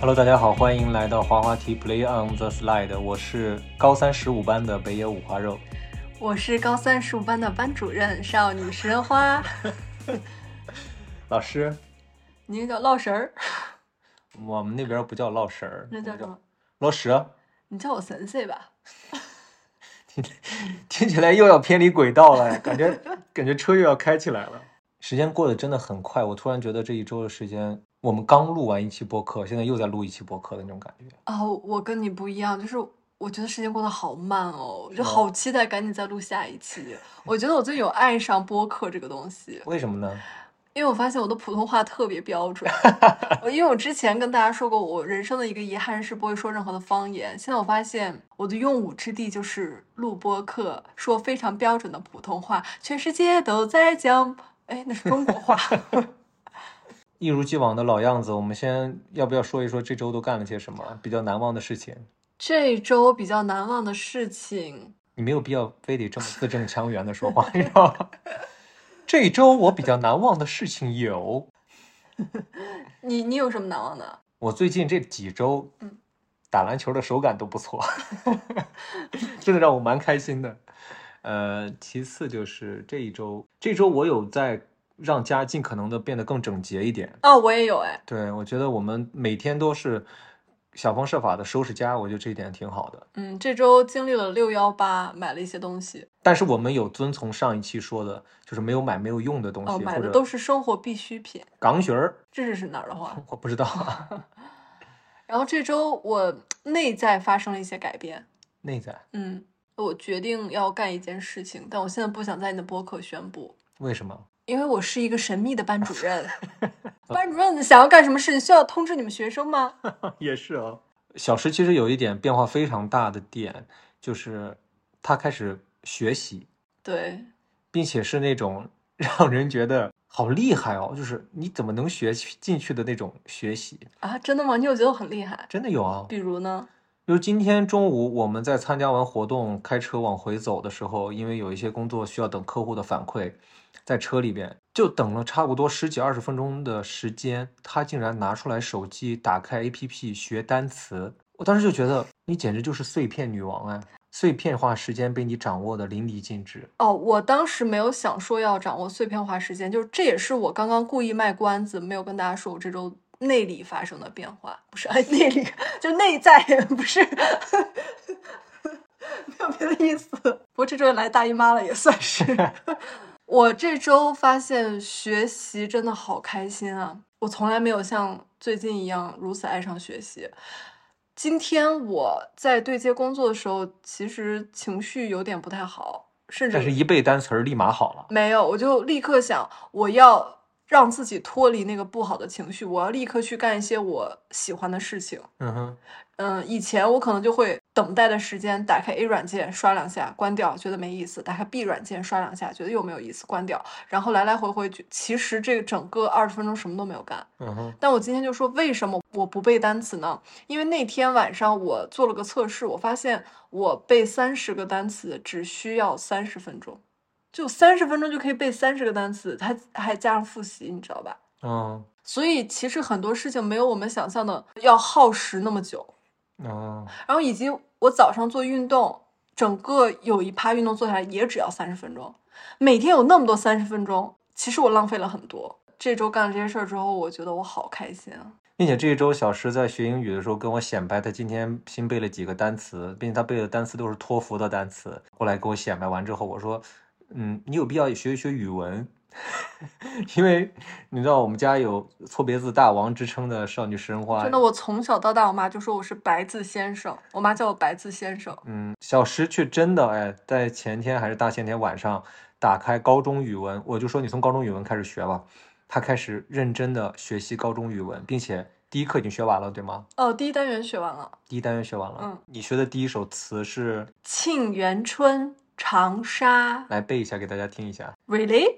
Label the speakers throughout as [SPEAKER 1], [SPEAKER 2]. [SPEAKER 1] Hello，大家好，欢迎来到滑滑梯 Play on the Slide，我是高三十五班的北野五花肉。
[SPEAKER 2] 我是高三十五班的班主任少女食人 花，
[SPEAKER 1] 老师，
[SPEAKER 2] 你那叫落神儿，
[SPEAKER 1] 我们那边不叫落神儿，
[SPEAKER 2] 那叫什么？？
[SPEAKER 1] 落蛇，
[SPEAKER 2] 你叫我神 C 吧。
[SPEAKER 1] 听起来又要偏离轨道了，感觉 感觉车又要开起来了。时间过得真的很快，我突然觉得这一周的时间，我们刚录完一期播客，现在又在录一期播客的那种感觉。
[SPEAKER 2] 啊，我跟你不一样，就是我觉得时间过得好慢哦，我
[SPEAKER 1] 是
[SPEAKER 2] 就
[SPEAKER 1] 吗
[SPEAKER 2] 好期待赶紧再录下一期。我觉得我最近有爱上播客这个东西，
[SPEAKER 1] 为什么呢？
[SPEAKER 2] 因为我发现我的普通话特别 标准。我因为我之前跟大家说过，我人生的一个遗憾是不会说任何的方言。现在我发现我的用武之地就是录播客，说非常标准的普通话，全世界都在讲，哎，那是中国 话。
[SPEAKER 1] 一如既往的老样子，我们先要不要说一说这周都干了些什么比较难忘的事情？
[SPEAKER 2] 这周比较难忘的事情，
[SPEAKER 1] 你没有必要非得这么字正腔圆的说话，你知道吗？这一周我比较难忘的事情有，
[SPEAKER 2] 你你有什么难忘的？
[SPEAKER 1] 我最近这几周
[SPEAKER 2] 嗯，
[SPEAKER 1] 打篮球的手感都不错， 真的让我蛮开心的。呃，其次就是这一周，这周我有在让家尽可能的变得更整洁一点。
[SPEAKER 2] 哦，我也有哎，
[SPEAKER 1] 对，我觉得我们每天都是想方设法的收拾家，我觉得这一点挺好的。
[SPEAKER 2] 嗯，这周经历了六幺八，买了一些东西，
[SPEAKER 1] 但是我们有遵从上一期说的，就是没有买没有用的东
[SPEAKER 2] 哦，
[SPEAKER 1] 西，
[SPEAKER 2] 买
[SPEAKER 1] 或
[SPEAKER 2] 的
[SPEAKER 1] 者
[SPEAKER 2] 都是生活必需品，
[SPEAKER 1] 港雪儿，
[SPEAKER 2] 这是哪儿的话？
[SPEAKER 1] 我不知道啊
[SPEAKER 2] 然后这周我内在发生了一些改变，
[SPEAKER 1] 内在
[SPEAKER 2] 嗯，我决定要干一件事情，但我现在不想在你的播客宣布，
[SPEAKER 1] 为什么？
[SPEAKER 2] 因为我是一个神秘的班主任。班主任想要干什么事情，需要通知你们学生吗？
[SPEAKER 1] 也是啊。小石其实有一点变化非常大的点，就是他开始学习，
[SPEAKER 2] 对，
[SPEAKER 1] 并且是那种 让人觉得好厉害哦，就是你怎么能学习进去的那种学习，
[SPEAKER 2] 啊，真的吗？你有觉得我很厉害？
[SPEAKER 1] 真的有啊。
[SPEAKER 2] 比如呢？
[SPEAKER 1] 就是今天中午我们在参加完活动，开车往回走的时候，因为有一些工作需要等客户的反馈，在车里边就等了差不多十几二十分钟的时间，他竟然拿出来手机，打开 APP 学单词。我当时就觉得你简直就是碎片女王啊！碎片化时间被你掌握的淋漓尽致。
[SPEAKER 2] 哦，我当时没有想说要掌握碎片化时间，就是这也是我刚刚故意卖关子，没有跟大家说我这周内里发生的变化，不是哎内里就内在不是，没有别的意思。不过这周来大姨妈了也算 是。我这周发现学习真的好开心啊！我从来没有像最近一样如此爱上学习。今天我在对接工作的时候，其实情绪有点不太好，甚至
[SPEAKER 1] 但是一背单词儿立马好了。
[SPEAKER 2] 没有，我就立刻想，我要让自己脱离那个不好的情绪，我要立刻去干一些我喜欢的事情。
[SPEAKER 1] 嗯哼，
[SPEAKER 2] 嗯，以前我可能就会等待的时间，打开 A 软件刷两下，关掉，觉得没意思；打开 B 软件刷两下，觉得又没有意思，关掉。然后来来回回就，其实这个整个二十分钟什么都没有干。
[SPEAKER 1] 嗯哼，
[SPEAKER 2] 但我今天就说为什么我不背单词呢？因为那天晚上我做了个测试，我发现我背三十个单词只需要三十分钟，就三十分钟就可以背三十个单词，还还加上复习，你知道吧？
[SPEAKER 1] 嗯
[SPEAKER 2] 所以其实很多事情没有我们想象的要耗时那么久。
[SPEAKER 1] 嗯，
[SPEAKER 2] 然后以及我早上做运动，整个有一趴运动做下来也只要三十分钟，每天有那么多三十分钟，其实我浪费了很多。这周干了这些事儿之后，我觉得我好开心啊！
[SPEAKER 1] 并且这一周小石在学英语的时候跟我显摆，他今天新背了几个单词，并且他背的单词都是托福的单词。后来给我显摆完之后，我说：“嗯，你有必要也学一学语文， 因为你知道我们家有错别字大王之称的少女食人花。”
[SPEAKER 2] 真的，我从小到大，我妈就说我是白字先生，我妈叫我白字先生。
[SPEAKER 1] 嗯，小石却真的哎，在前天还是大前天晚上打开高中语文，我就说你从高中语文开始学吧。他开始认真的学习高中语文，并且第一课已经学完了，对吗？
[SPEAKER 2] 哦，第一单元学完了，
[SPEAKER 1] 第一单元学完了。
[SPEAKER 2] 嗯，
[SPEAKER 1] 你学的第一首词是，
[SPEAKER 2] 《沁园春·长沙
[SPEAKER 1] 来背一下给大家听一下。》
[SPEAKER 2] ，really？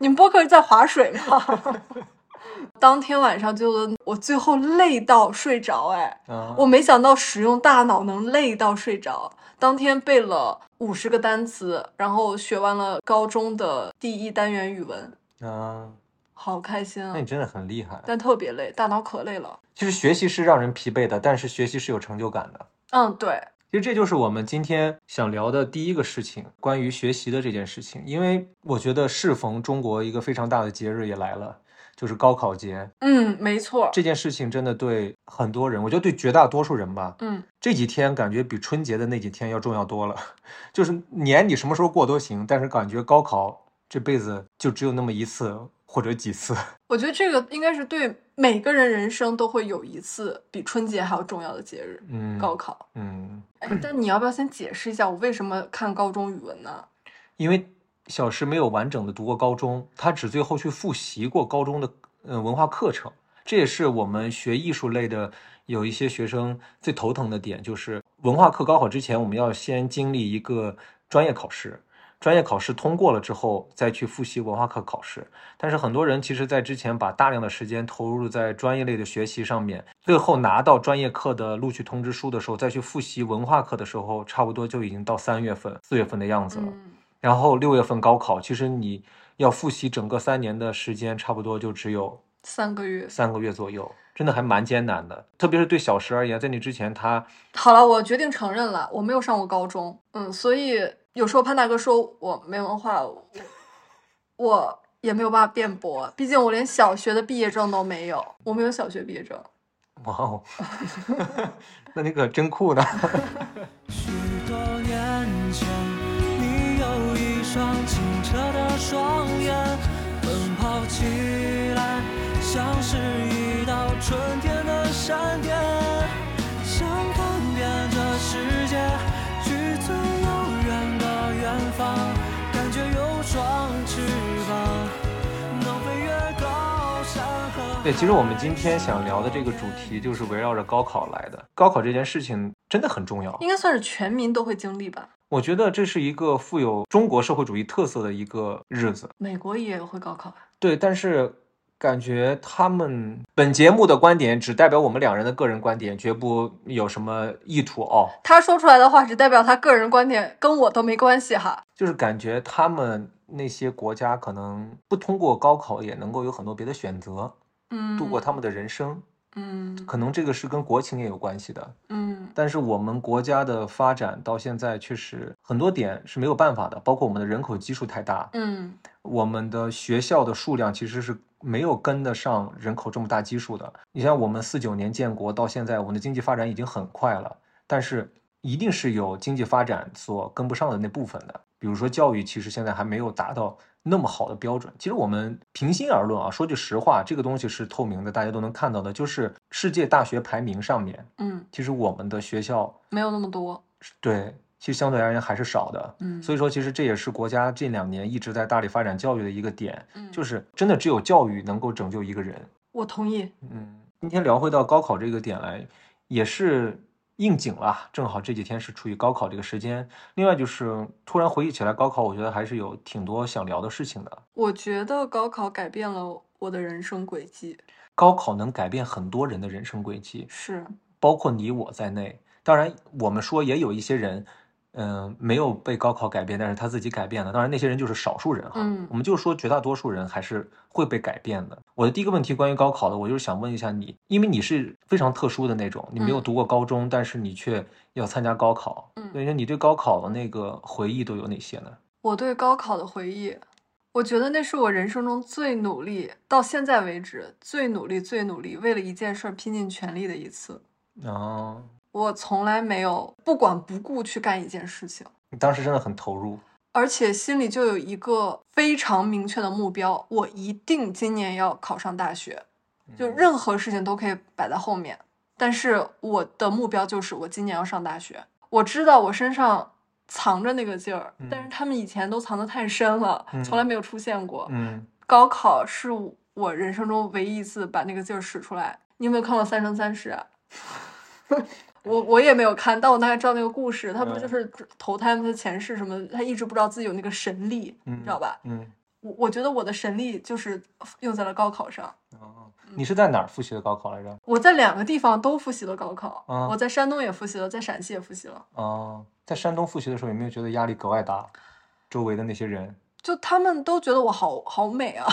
[SPEAKER 2] 你们播客是在划水吗？ 当天晚上就我最后累到睡着，哎，
[SPEAKER 1] 啊，
[SPEAKER 2] 我没想到使用大脑能累到睡着。当天背了五十个单词，然后学完了高中的第一单元语文。
[SPEAKER 1] 啊，
[SPEAKER 2] 好开心啊
[SPEAKER 1] 那你！真的很厉害。
[SPEAKER 2] 但特别累，大脑可累了。
[SPEAKER 1] 其实学习是让人疲惫的，但是学习是有成就感的。
[SPEAKER 2] 嗯，对，
[SPEAKER 1] 其实这就是我们今天想聊的第一个事情，关于学习的这件事情。因为我觉得适逢中国一个非常大的节日也来了，就是高考节。
[SPEAKER 2] 嗯，没错，
[SPEAKER 1] 这件事情真的对很多人，我觉得对绝大多数人吧，
[SPEAKER 2] 嗯，
[SPEAKER 1] 这几天感觉比春节的那几天要重要多了。 就是年你什么时候过都行，但是感觉高考这辈子就只有那么一次或者几次。
[SPEAKER 2] 我觉得这个应该是对每个人人生都会有一次比春节还要重要的节日
[SPEAKER 1] 嗯
[SPEAKER 2] ——高考。
[SPEAKER 1] 嗯，
[SPEAKER 2] 哎，但你要不要先解释一下我为什么看高中语文呢？
[SPEAKER 1] 因为小石没有完整的读过高中，他只最后去复习过高中的呃文化课程。这也是我们学艺术类的有一些学生最头疼的点，就是文化课高考之前，我们要先经历一个专业考试，专业考试通过了之后，再去复习文化课考试。但是很多人其实，在之前把大量的时间投入在专业类的学习上面，最后拿到专业课的录取通知书的时候，再去复习文化课的时候，差不多就已经到三月份、四月份的样子了。
[SPEAKER 2] 嗯，
[SPEAKER 1] 然后六月份高考，其实你要复习整个三年的时间，差不多就只有
[SPEAKER 2] 三个月。
[SPEAKER 1] 三个月左右，真的还蛮艰难的。特别是对小石而言，在那之前他，
[SPEAKER 2] 好了，我决定承认了，我没有上过高中。嗯，所以有时候潘大哥说我没文化，我我也没有办法辩驳，毕竟我连小学的毕业证都没有，我没有小学毕业证。
[SPEAKER 1] 哇哦， 那你可真酷呢。
[SPEAKER 3] 许多年前，你有一双清澈的双眼，奔跑起来像是一道春天的闪电，想看遍这世界，去最遥远的远方，感觉有双翅膀，能飞越高山和。
[SPEAKER 1] 对，其实我们今天想聊的这个主题，就是围绕着高考来的。高考这件事情真的很重要，
[SPEAKER 2] 应该算是全民都会经历吧。
[SPEAKER 1] 我觉得这是一个富有中国社会主义特色的一个日子。
[SPEAKER 2] 美国也会高考吧？
[SPEAKER 1] 对，但是感觉他们本节目的观点只代表我们两人的个人观点，绝不有什么意图哦。
[SPEAKER 2] 他说出来的话只代表他个人观点，跟我都没关系哈。
[SPEAKER 1] 就是感觉他们那些国家可能不通过高考也能够有很多别的选择，
[SPEAKER 2] 嗯，
[SPEAKER 1] 度过他们的人生。
[SPEAKER 2] 嗯
[SPEAKER 1] 可能这个是跟国情也有关系的，
[SPEAKER 2] 嗯
[SPEAKER 1] 但是我们国家的发展到现在确实很多点是没有办法的，包括我们的人口基数太大，
[SPEAKER 2] 嗯
[SPEAKER 1] 我们的学校的数量其实是没有跟得上人口这么大基数的。你像我们四九年建国到现在，我们的经济发展已经很快了，但是一定是有经济发展所跟不上的那部分的。比如说教育，其实现在还没有达到那么好的标准。其实我们平心而论啊，说句实话，这个东西是透明的，大家都能看到的。就是世界大学排名上面，
[SPEAKER 2] 嗯，
[SPEAKER 1] 其实我们的学校
[SPEAKER 2] 没有那么多。
[SPEAKER 1] 对，其实相对而言还是少的。
[SPEAKER 2] 嗯，
[SPEAKER 1] 所以说，其实这也是国家近两年一直在大力发展教育的一个点，
[SPEAKER 2] 以
[SPEAKER 1] 就是真的只有教育能够拯救一个人。
[SPEAKER 2] 嗯我同意。
[SPEAKER 1] 嗯，今天聊回到高考这个点来，也是应景啦，正好这几天是处于高考这个时间。另外就是突然回忆起来高考，我觉得还是有挺多想聊的事情的。
[SPEAKER 2] 我觉得高考改变了我的人生轨迹，
[SPEAKER 1] 高考能改变很多人的人生轨迹，
[SPEAKER 2] 是
[SPEAKER 1] 包括你我在内。当然，我们说也有一些人，嗯、没有被高考改变，但是他自己改变了。当然，那些人就是少数人哈。
[SPEAKER 2] 嗯
[SPEAKER 1] 我们就说绝大多数人还是会被改变的。我的第一个问题关于高考的，我就是想问一下你，因为你是非常特殊的那种，你没有
[SPEAKER 2] 嗯
[SPEAKER 1] 读过高中，但是你却要参加高考。
[SPEAKER 2] 嗯
[SPEAKER 1] 所以说你对高考的那个回忆都有哪些呢？
[SPEAKER 2] 我对高考的回忆。我觉得那是我人生中最努力，到现在为止最努力、最努力，为了一件事儿拼尽全力的一次。
[SPEAKER 1] 啊，
[SPEAKER 2] 我从来没有不管不顾去干一件事情，
[SPEAKER 1] 你当时真的很投入。
[SPEAKER 2] 而且心里就有一个非常明确的目标，我一定今年要考上大学。就
[SPEAKER 1] 嗯
[SPEAKER 2] 任何事情都可以摆在后面，但是我的目标就是我今年要上大学。我知道我身上藏着那个劲儿，但是
[SPEAKER 1] 嗯
[SPEAKER 2] 他们以前都藏得太深了，从来没有出现过。
[SPEAKER 1] 嗯，
[SPEAKER 2] 高考是我人生中唯一一次把那个劲儿使出来。你有没有看过《三生三世》啊？ 我我也没有看，但我大概知道那个故事。他不是就
[SPEAKER 1] 嗯
[SPEAKER 2] 是投胎吗他的前世什么的，他一直不知道自己有那个神力，你知道吧？
[SPEAKER 1] 嗯，
[SPEAKER 2] 我我觉得我的神力就是用在了高考上。
[SPEAKER 1] 哦，
[SPEAKER 2] 嗯
[SPEAKER 1] 你是在哪儿复习的高考来着？
[SPEAKER 2] 我在两个地方都复习了高考，
[SPEAKER 1] 啊
[SPEAKER 2] 我在山东也复习了，在陕西也复习了。
[SPEAKER 1] 哦，在山东复习的时候，有没有觉得压力格外大？周围的那些人，
[SPEAKER 2] 就他们都觉得我好好美啊，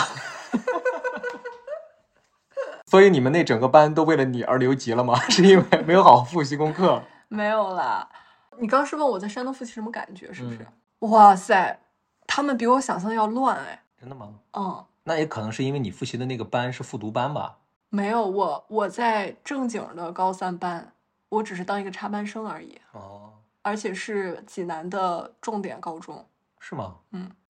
[SPEAKER 1] 所以你们那整个班都为了你而留级了吗？ 是因为没有好好复习功课？
[SPEAKER 2] 没有啦。你刚是问我在山东复习什么感觉，是不是？
[SPEAKER 1] 嗯
[SPEAKER 2] 哇塞，他们比我想象要乱哎。
[SPEAKER 1] 真的吗？
[SPEAKER 2] 嗯，
[SPEAKER 1] 那也可能是因为你复习的那个班是复读班吧？
[SPEAKER 2] 没有，我我在正经的高三班，我只是当一个插班生而已，
[SPEAKER 1] 哦，
[SPEAKER 2] 而且是济南的重点高中，
[SPEAKER 1] 是吗？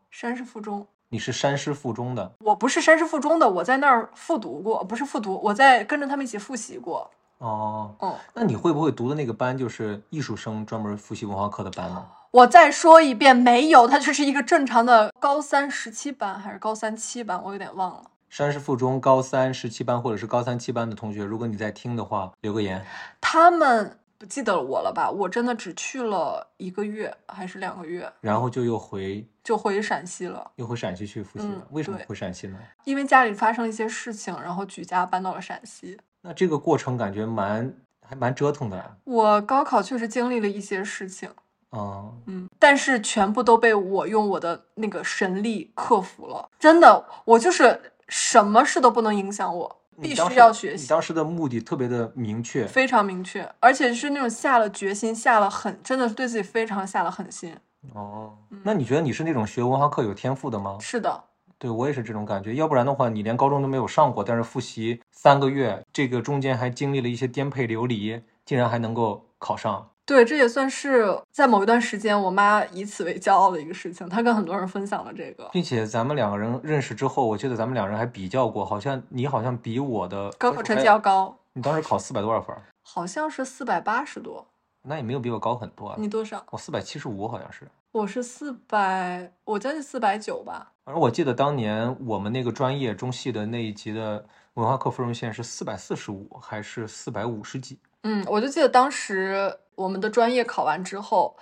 [SPEAKER 2] 山师附中。
[SPEAKER 1] 你是山师附中的
[SPEAKER 2] 我不是山师附中的，我在那儿复读过，不是复读，我在跟着他们一起复习过。
[SPEAKER 1] 哦，
[SPEAKER 2] 嗯，
[SPEAKER 1] 那你会不会读的那个班就是艺术生专门复习文化课的班呢？
[SPEAKER 2] 我再说一遍，没有，它就是一个正常的高三十七班还是高三七班，我有点忘了。
[SPEAKER 1] 山师附中高三十七班或者是高三七班的同学，如果你在听的话，留个言。
[SPEAKER 2] 他们不记得我了吧？我真的只去了一个月还是两个月，
[SPEAKER 1] 然后就又回
[SPEAKER 2] 就回陕西了，
[SPEAKER 1] 又回陕西去复习了。
[SPEAKER 2] 嗯
[SPEAKER 1] 为什么
[SPEAKER 2] 对
[SPEAKER 1] 回陕西呢？
[SPEAKER 2] 因为家里发生了一些事情，然后举家搬到了陕西。
[SPEAKER 1] 那这个过程感觉蛮还蛮折腾的。啊
[SPEAKER 2] 我高考确实经历了一些事情，
[SPEAKER 1] 嗯，
[SPEAKER 2] 嗯，但是全部都被我用我的那个神力克服了。真的，我就是什么事都不能影响我，
[SPEAKER 1] 你
[SPEAKER 2] 必
[SPEAKER 1] 当
[SPEAKER 2] 须
[SPEAKER 1] 时
[SPEAKER 2] 要学
[SPEAKER 1] 你
[SPEAKER 2] 习，
[SPEAKER 1] 当时的目的特别的明确，
[SPEAKER 2] 非常明确，而且是那种下了决心、下了狠，真的是对自己非常下了狠心。嗯
[SPEAKER 1] 哦，那你觉得你是那种学文化课有天赋的吗？
[SPEAKER 2] 是的，
[SPEAKER 1] 对我也是这种感觉，要不然的话，你连高中都没有上过，但是复习三个月，这个中间还经历了一些颠沛流离，竟然还能够考上。
[SPEAKER 2] 对，这也算是在某一段时间，我妈以此为骄傲的一个事情。她跟很多人分享了这个，
[SPEAKER 1] 并且咱们两个人认识之后，我记得咱们两人还比较过，好像你好像比我的
[SPEAKER 2] 高考成绩要，高，
[SPEAKER 1] 你当时考四百多少分儿？
[SPEAKER 2] 好像是四百八十多，
[SPEAKER 1] 那也没有比我高很多啊，
[SPEAKER 2] 你多少？
[SPEAKER 1] 我四百七十五好像是。
[SPEAKER 2] 我是四百，我将近四百九吧。
[SPEAKER 1] 反正我记得当年我们那个专业中戏的那一级的文化课分数线是四百四十五还是四百五十几？
[SPEAKER 2] 嗯，我就记得当时我们的专业考完之后，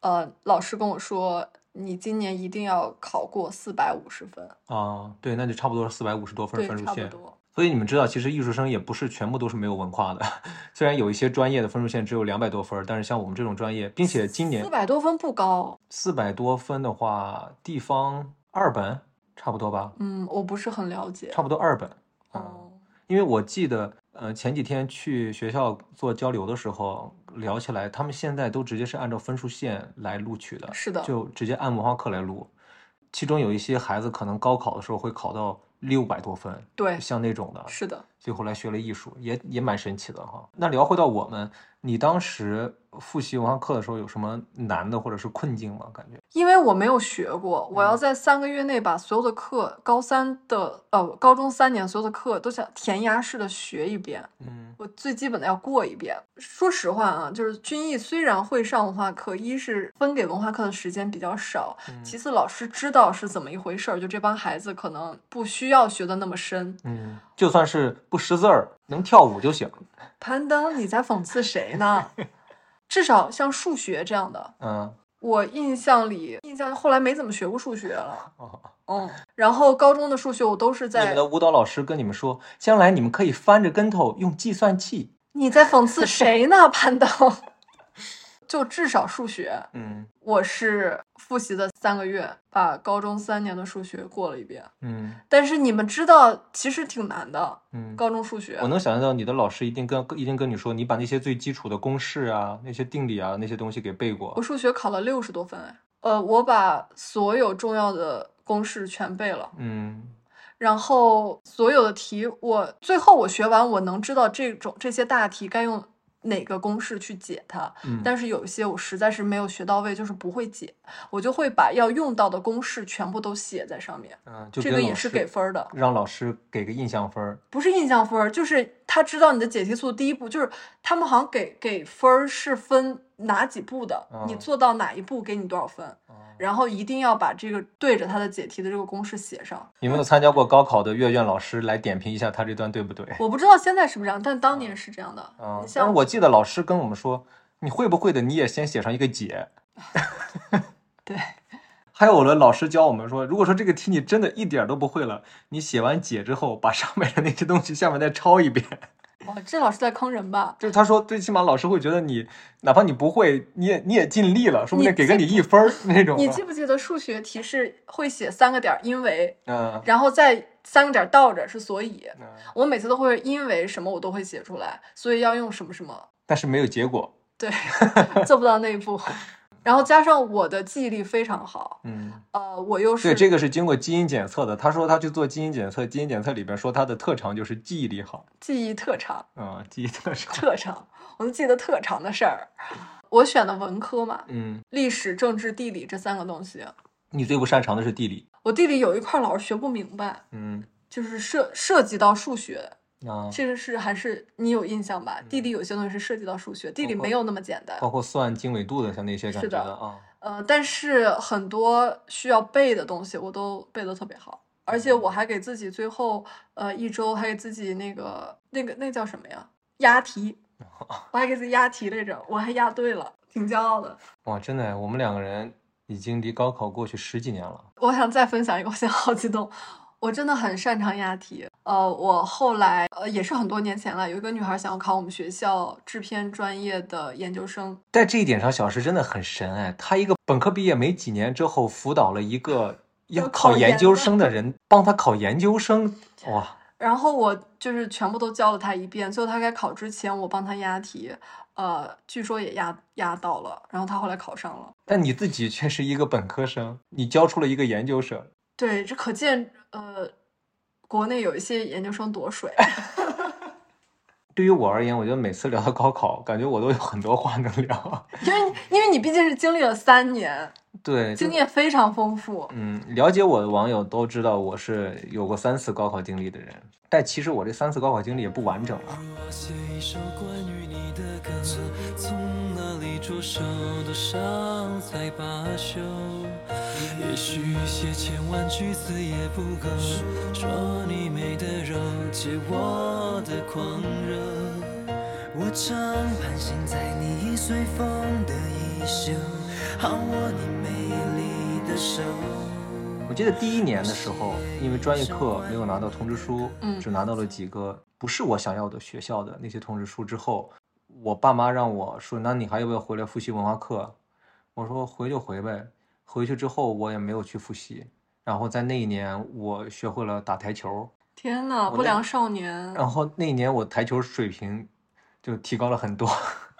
[SPEAKER 2] 呃，老师跟我说，你今年一定要考过四百五十分，
[SPEAKER 1] 啊，对，那就差不多是四百五十多分
[SPEAKER 2] 对
[SPEAKER 1] 儿，分数
[SPEAKER 2] 差不
[SPEAKER 1] 线。
[SPEAKER 2] 多。
[SPEAKER 1] 所以你们知道，其实艺术生也不是全部都是没有文化的， 虽然有一些专业的分数线只有两百多分儿，但是像我们这种专业，并且今年
[SPEAKER 2] 四百多分不高，
[SPEAKER 1] 四百多分的话，地方二本差不多吧，
[SPEAKER 2] 嗯，我不是很了解。
[SPEAKER 1] 差不多二本。嗯，
[SPEAKER 2] 哦，
[SPEAKER 1] 因为我记得，呃，前几天去学校做交流的时候聊起来，他们现在都直接是按照分数线来录取的，
[SPEAKER 2] 是的
[SPEAKER 1] 就直接按文化课来录。其中有一些孩子可能高考的时候会考到六百多分，
[SPEAKER 2] 对，
[SPEAKER 1] 像那种的，
[SPEAKER 2] 是的，
[SPEAKER 1] 所以后来学了艺术，也也蛮神奇的哈。那聊回到我们，你当时复习文化课的时候有什么难的或者是困境吗？感觉
[SPEAKER 2] 因为我没有学过，我要
[SPEAKER 1] 嗯
[SPEAKER 2] 在三个月内把所有的课，高三的呃，高中三年所有的课都想填鸭式的学一遍。
[SPEAKER 1] 嗯
[SPEAKER 2] 我最基本的要过一遍。说实话啊，就是军艺虽然会上文化课，一是分给文化课的时间比较少，其次老师知道是怎么一回事儿，就这帮孩子可能不需要学的那么深。
[SPEAKER 1] 嗯，就算是不识字儿，能跳舞就行。
[SPEAKER 2] 攀登，你在讽刺谁呢？至少像数学这样的，
[SPEAKER 1] 嗯，
[SPEAKER 2] 我印象里，印象后来没怎么学过数学了。
[SPEAKER 1] 哦
[SPEAKER 2] 嗯， 然后高中的数学我都是
[SPEAKER 1] 你们
[SPEAKER 2] 在
[SPEAKER 1] 的舞蹈老师跟你们说，将来你们可以翻着跟头用计算器。
[SPEAKER 2] 你在讽 刺谁呢？攀登， 就至少数学，
[SPEAKER 1] 嗯
[SPEAKER 2] 我是复习的三个月，把高中三年的数学过了一遍。
[SPEAKER 1] 嗯
[SPEAKER 2] 但是你们知道，其实挺难的，
[SPEAKER 1] 嗯，
[SPEAKER 2] 高中数学
[SPEAKER 1] 我。能想象到你的老师一定跟一定跟你说，你把那些最基础的公式啊、那些定理啊、那些东西给背过
[SPEAKER 2] 我。数学考了六十多分哎，呃，我把所有重要的公式全背了，
[SPEAKER 1] 嗯
[SPEAKER 2] 然后所有的题我最后我学完，我能知道这种这些大题该用哪个公式去解它，
[SPEAKER 1] 嗯，
[SPEAKER 2] 但是有一些我实在是没有学到位，就是不会解，我就会把要用到的公式全部都写在上面，
[SPEAKER 1] 嗯，就
[SPEAKER 2] 这
[SPEAKER 1] 跟
[SPEAKER 2] 个也
[SPEAKER 1] 老
[SPEAKER 2] 是
[SPEAKER 1] 师
[SPEAKER 2] 给分儿的。
[SPEAKER 1] 让老师给个印象分儿。
[SPEAKER 2] 不是印象分儿，就是他知道你的解题速度。第一步就是他们好像给给分儿是分哪几步的，你
[SPEAKER 1] 嗯
[SPEAKER 2] 做到哪一步给你多少分，
[SPEAKER 1] 哦
[SPEAKER 2] 然后一定要把这个对着他的解题的这个公式写上。
[SPEAKER 1] 有没有参加过高考的阅卷老师来点评一下他这段对不对？
[SPEAKER 2] 我不知道现在是不是这样，但当年是这样的。
[SPEAKER 1] 啊、
[SPEAKER 2] 你
[SPEAKER 1] 但是
[SPEAKER 2] 像
[SPEAKER 1] 我记得老师跟我们说，你会不会的你也先写上一个解。
[SPEAKER 2] 对，
[SPEAKER 1] 还有了，老师教我们说，如果说这个题你真的一点儿都不会了，你写完解之后，把上面的那些东西下面再抄一遍。
[SPEAKER 2] 哇，这老师在坑人吧？
[SPEAKER 1] 就是他说，最起码老师会觉得你，哪怕你不会，你也你也尽力了，说不定
[SPEAKER 2] 你
[SPEAKER 1] 给个你
[SPEAKER 2] 记
[SPEAKER 1] 一分儿那种
[SPEAKER 2] 你
[SPEAKER 1] 的。
[SPEAKER 2] 记不记得数学题是会写三个点儿，因为，
[SPEAKER 1] 嗯
[SPEAKER 2] 然后再三个点儿倒着是所以。
[SPEAKER 1] 嗯
[SPEAKER 2] 我每次都会因为什么我都会写出来，所以要用什么什么，
[SPEAKER 1] 但是没有结果。
[SPEAKER 2] 对， 做不到那一步。然后加上我的记忆力非常好，
[SPEAKER 1] 嗯，
[SPEAKER 2] 呃，我又是
[SPEAKER 1] 对，这个是经过基因检测的。他说他去做基因检测，基因检测里边说他的特长就是记忆力好。
[SPEAKER 2] 记忆特长，
[SPEAKER 1] 嗯，记忆特长。
[SPEAKER 2] 特长，我能记得特长的事儿。我选的文科嘛，
[SPEAKER 1] 嗯，
[SPEAKER 2] 历史、政治、地理这三个东西，
[SPEAKER 1] 你最不擅长的是地理。
[SPEAKER 2] 我地理有一块儿老是学不明白，
[SPEAKER 1] 嗯
[SPEAKER 2] 就是涉涉及到数学，
[SPEAKER 1] 啊，
[SPEAKER 2] 这个是还是你有印象吧？地理
[SPEAKER 1] 嗯
[SPEAKER 2] 有些东西是涉及到数学，地理
[SPEAKER 1] 包括
[SPEAKER 2] 没有那么简单。
[SPEAKER 1] 包括算经纬度的，像那些感觉
[SPEAKER 2] 是的
[SPEAKER 1] 啊。
[SPEAKER 2] 呃，但是很多需要背的东西我都背得特别好，而且我还给自己最后呃一周还给自己那个那个那叫什么呀？押题，我还给自己押题来着，我还押对了，挺骄傲的。
[SPEAKER 1] 哇，真的，我们两个人已经离高考过去十几年了。
[SPEAKER 2] 我想再分享一个，我现在好激动。我真的很擅长押题，呃，我后来呃也是很多年前了，有一个女孩想要考我们学校制片专业的研究生，
[SPEAKER 1] 在这一点上，小石真的很神哎。他一个本科毕业没几年之后，辅导了一个要
[SPEAKER 2] 要
[SPEAKER 1] 考
[SPEAKER 2] 考
[SPEAKER 1] 研
[SPEAKER 2] 研
[SPEAKER 1] 究
[SPEAKER 2] 的
[SPEAKER 1] 生的人，帮他考研究生。 哇，
[SPEAKER 2] 然后我就是全部都教了他一遍，最后他该考之前，我帮他押题，呃，据说也押押到了，然后他后来考上了。
[SPEAKER 1] 但你自己却是一个本科生，你教出了一个研究生。
[SPEAKER 2] 对，这可见，呃，国内有一些研究生夺水。
[SPEAKER 1] 对于我而言，我觉得每次聊到高考，感觉我都有很多话能聊。
[SPEAKER 2] 因为因为你毕竟是经历了三年，
[SPEAKER 1] 对，就
[SPEAKER 2] 经验非常丰富。
[SPEAKER 1] 嗯，了解我的网友都知道我是有过三次高考经历的人，但其实我这三次高考经历也不完整啊。
[SPEAKER 3] 我写一首关于你的歌，从哪里着手，多少才罢休？也许写千万句词也不够，说你美的柔，解我的狂热。我常盘旋在你随风的衣袖，好握你美丽的手。
[SPEAKER 1] 我记得第一年的时候，因为专业课没有拿到通知书，
[SPEAKER 2] 嗯
[SPEAKER 1] 只拿到了几个不是我想要的学校的那些通知书之后，我爸妈让我说，那你还要不要回来复习文化课？我说回就回呗。回去之后我也没有去复习，然后在那一年我学会了打台球，
[SPEAKER 2] 天呐，
[SPEAKER 1] 我
[SPEAKER 2] 不
[SPEAKER 1] 那哦
[SPEAKER 2] 良少年，
[SPEAKER 1] 然后那一年我台球水平就提高了很多，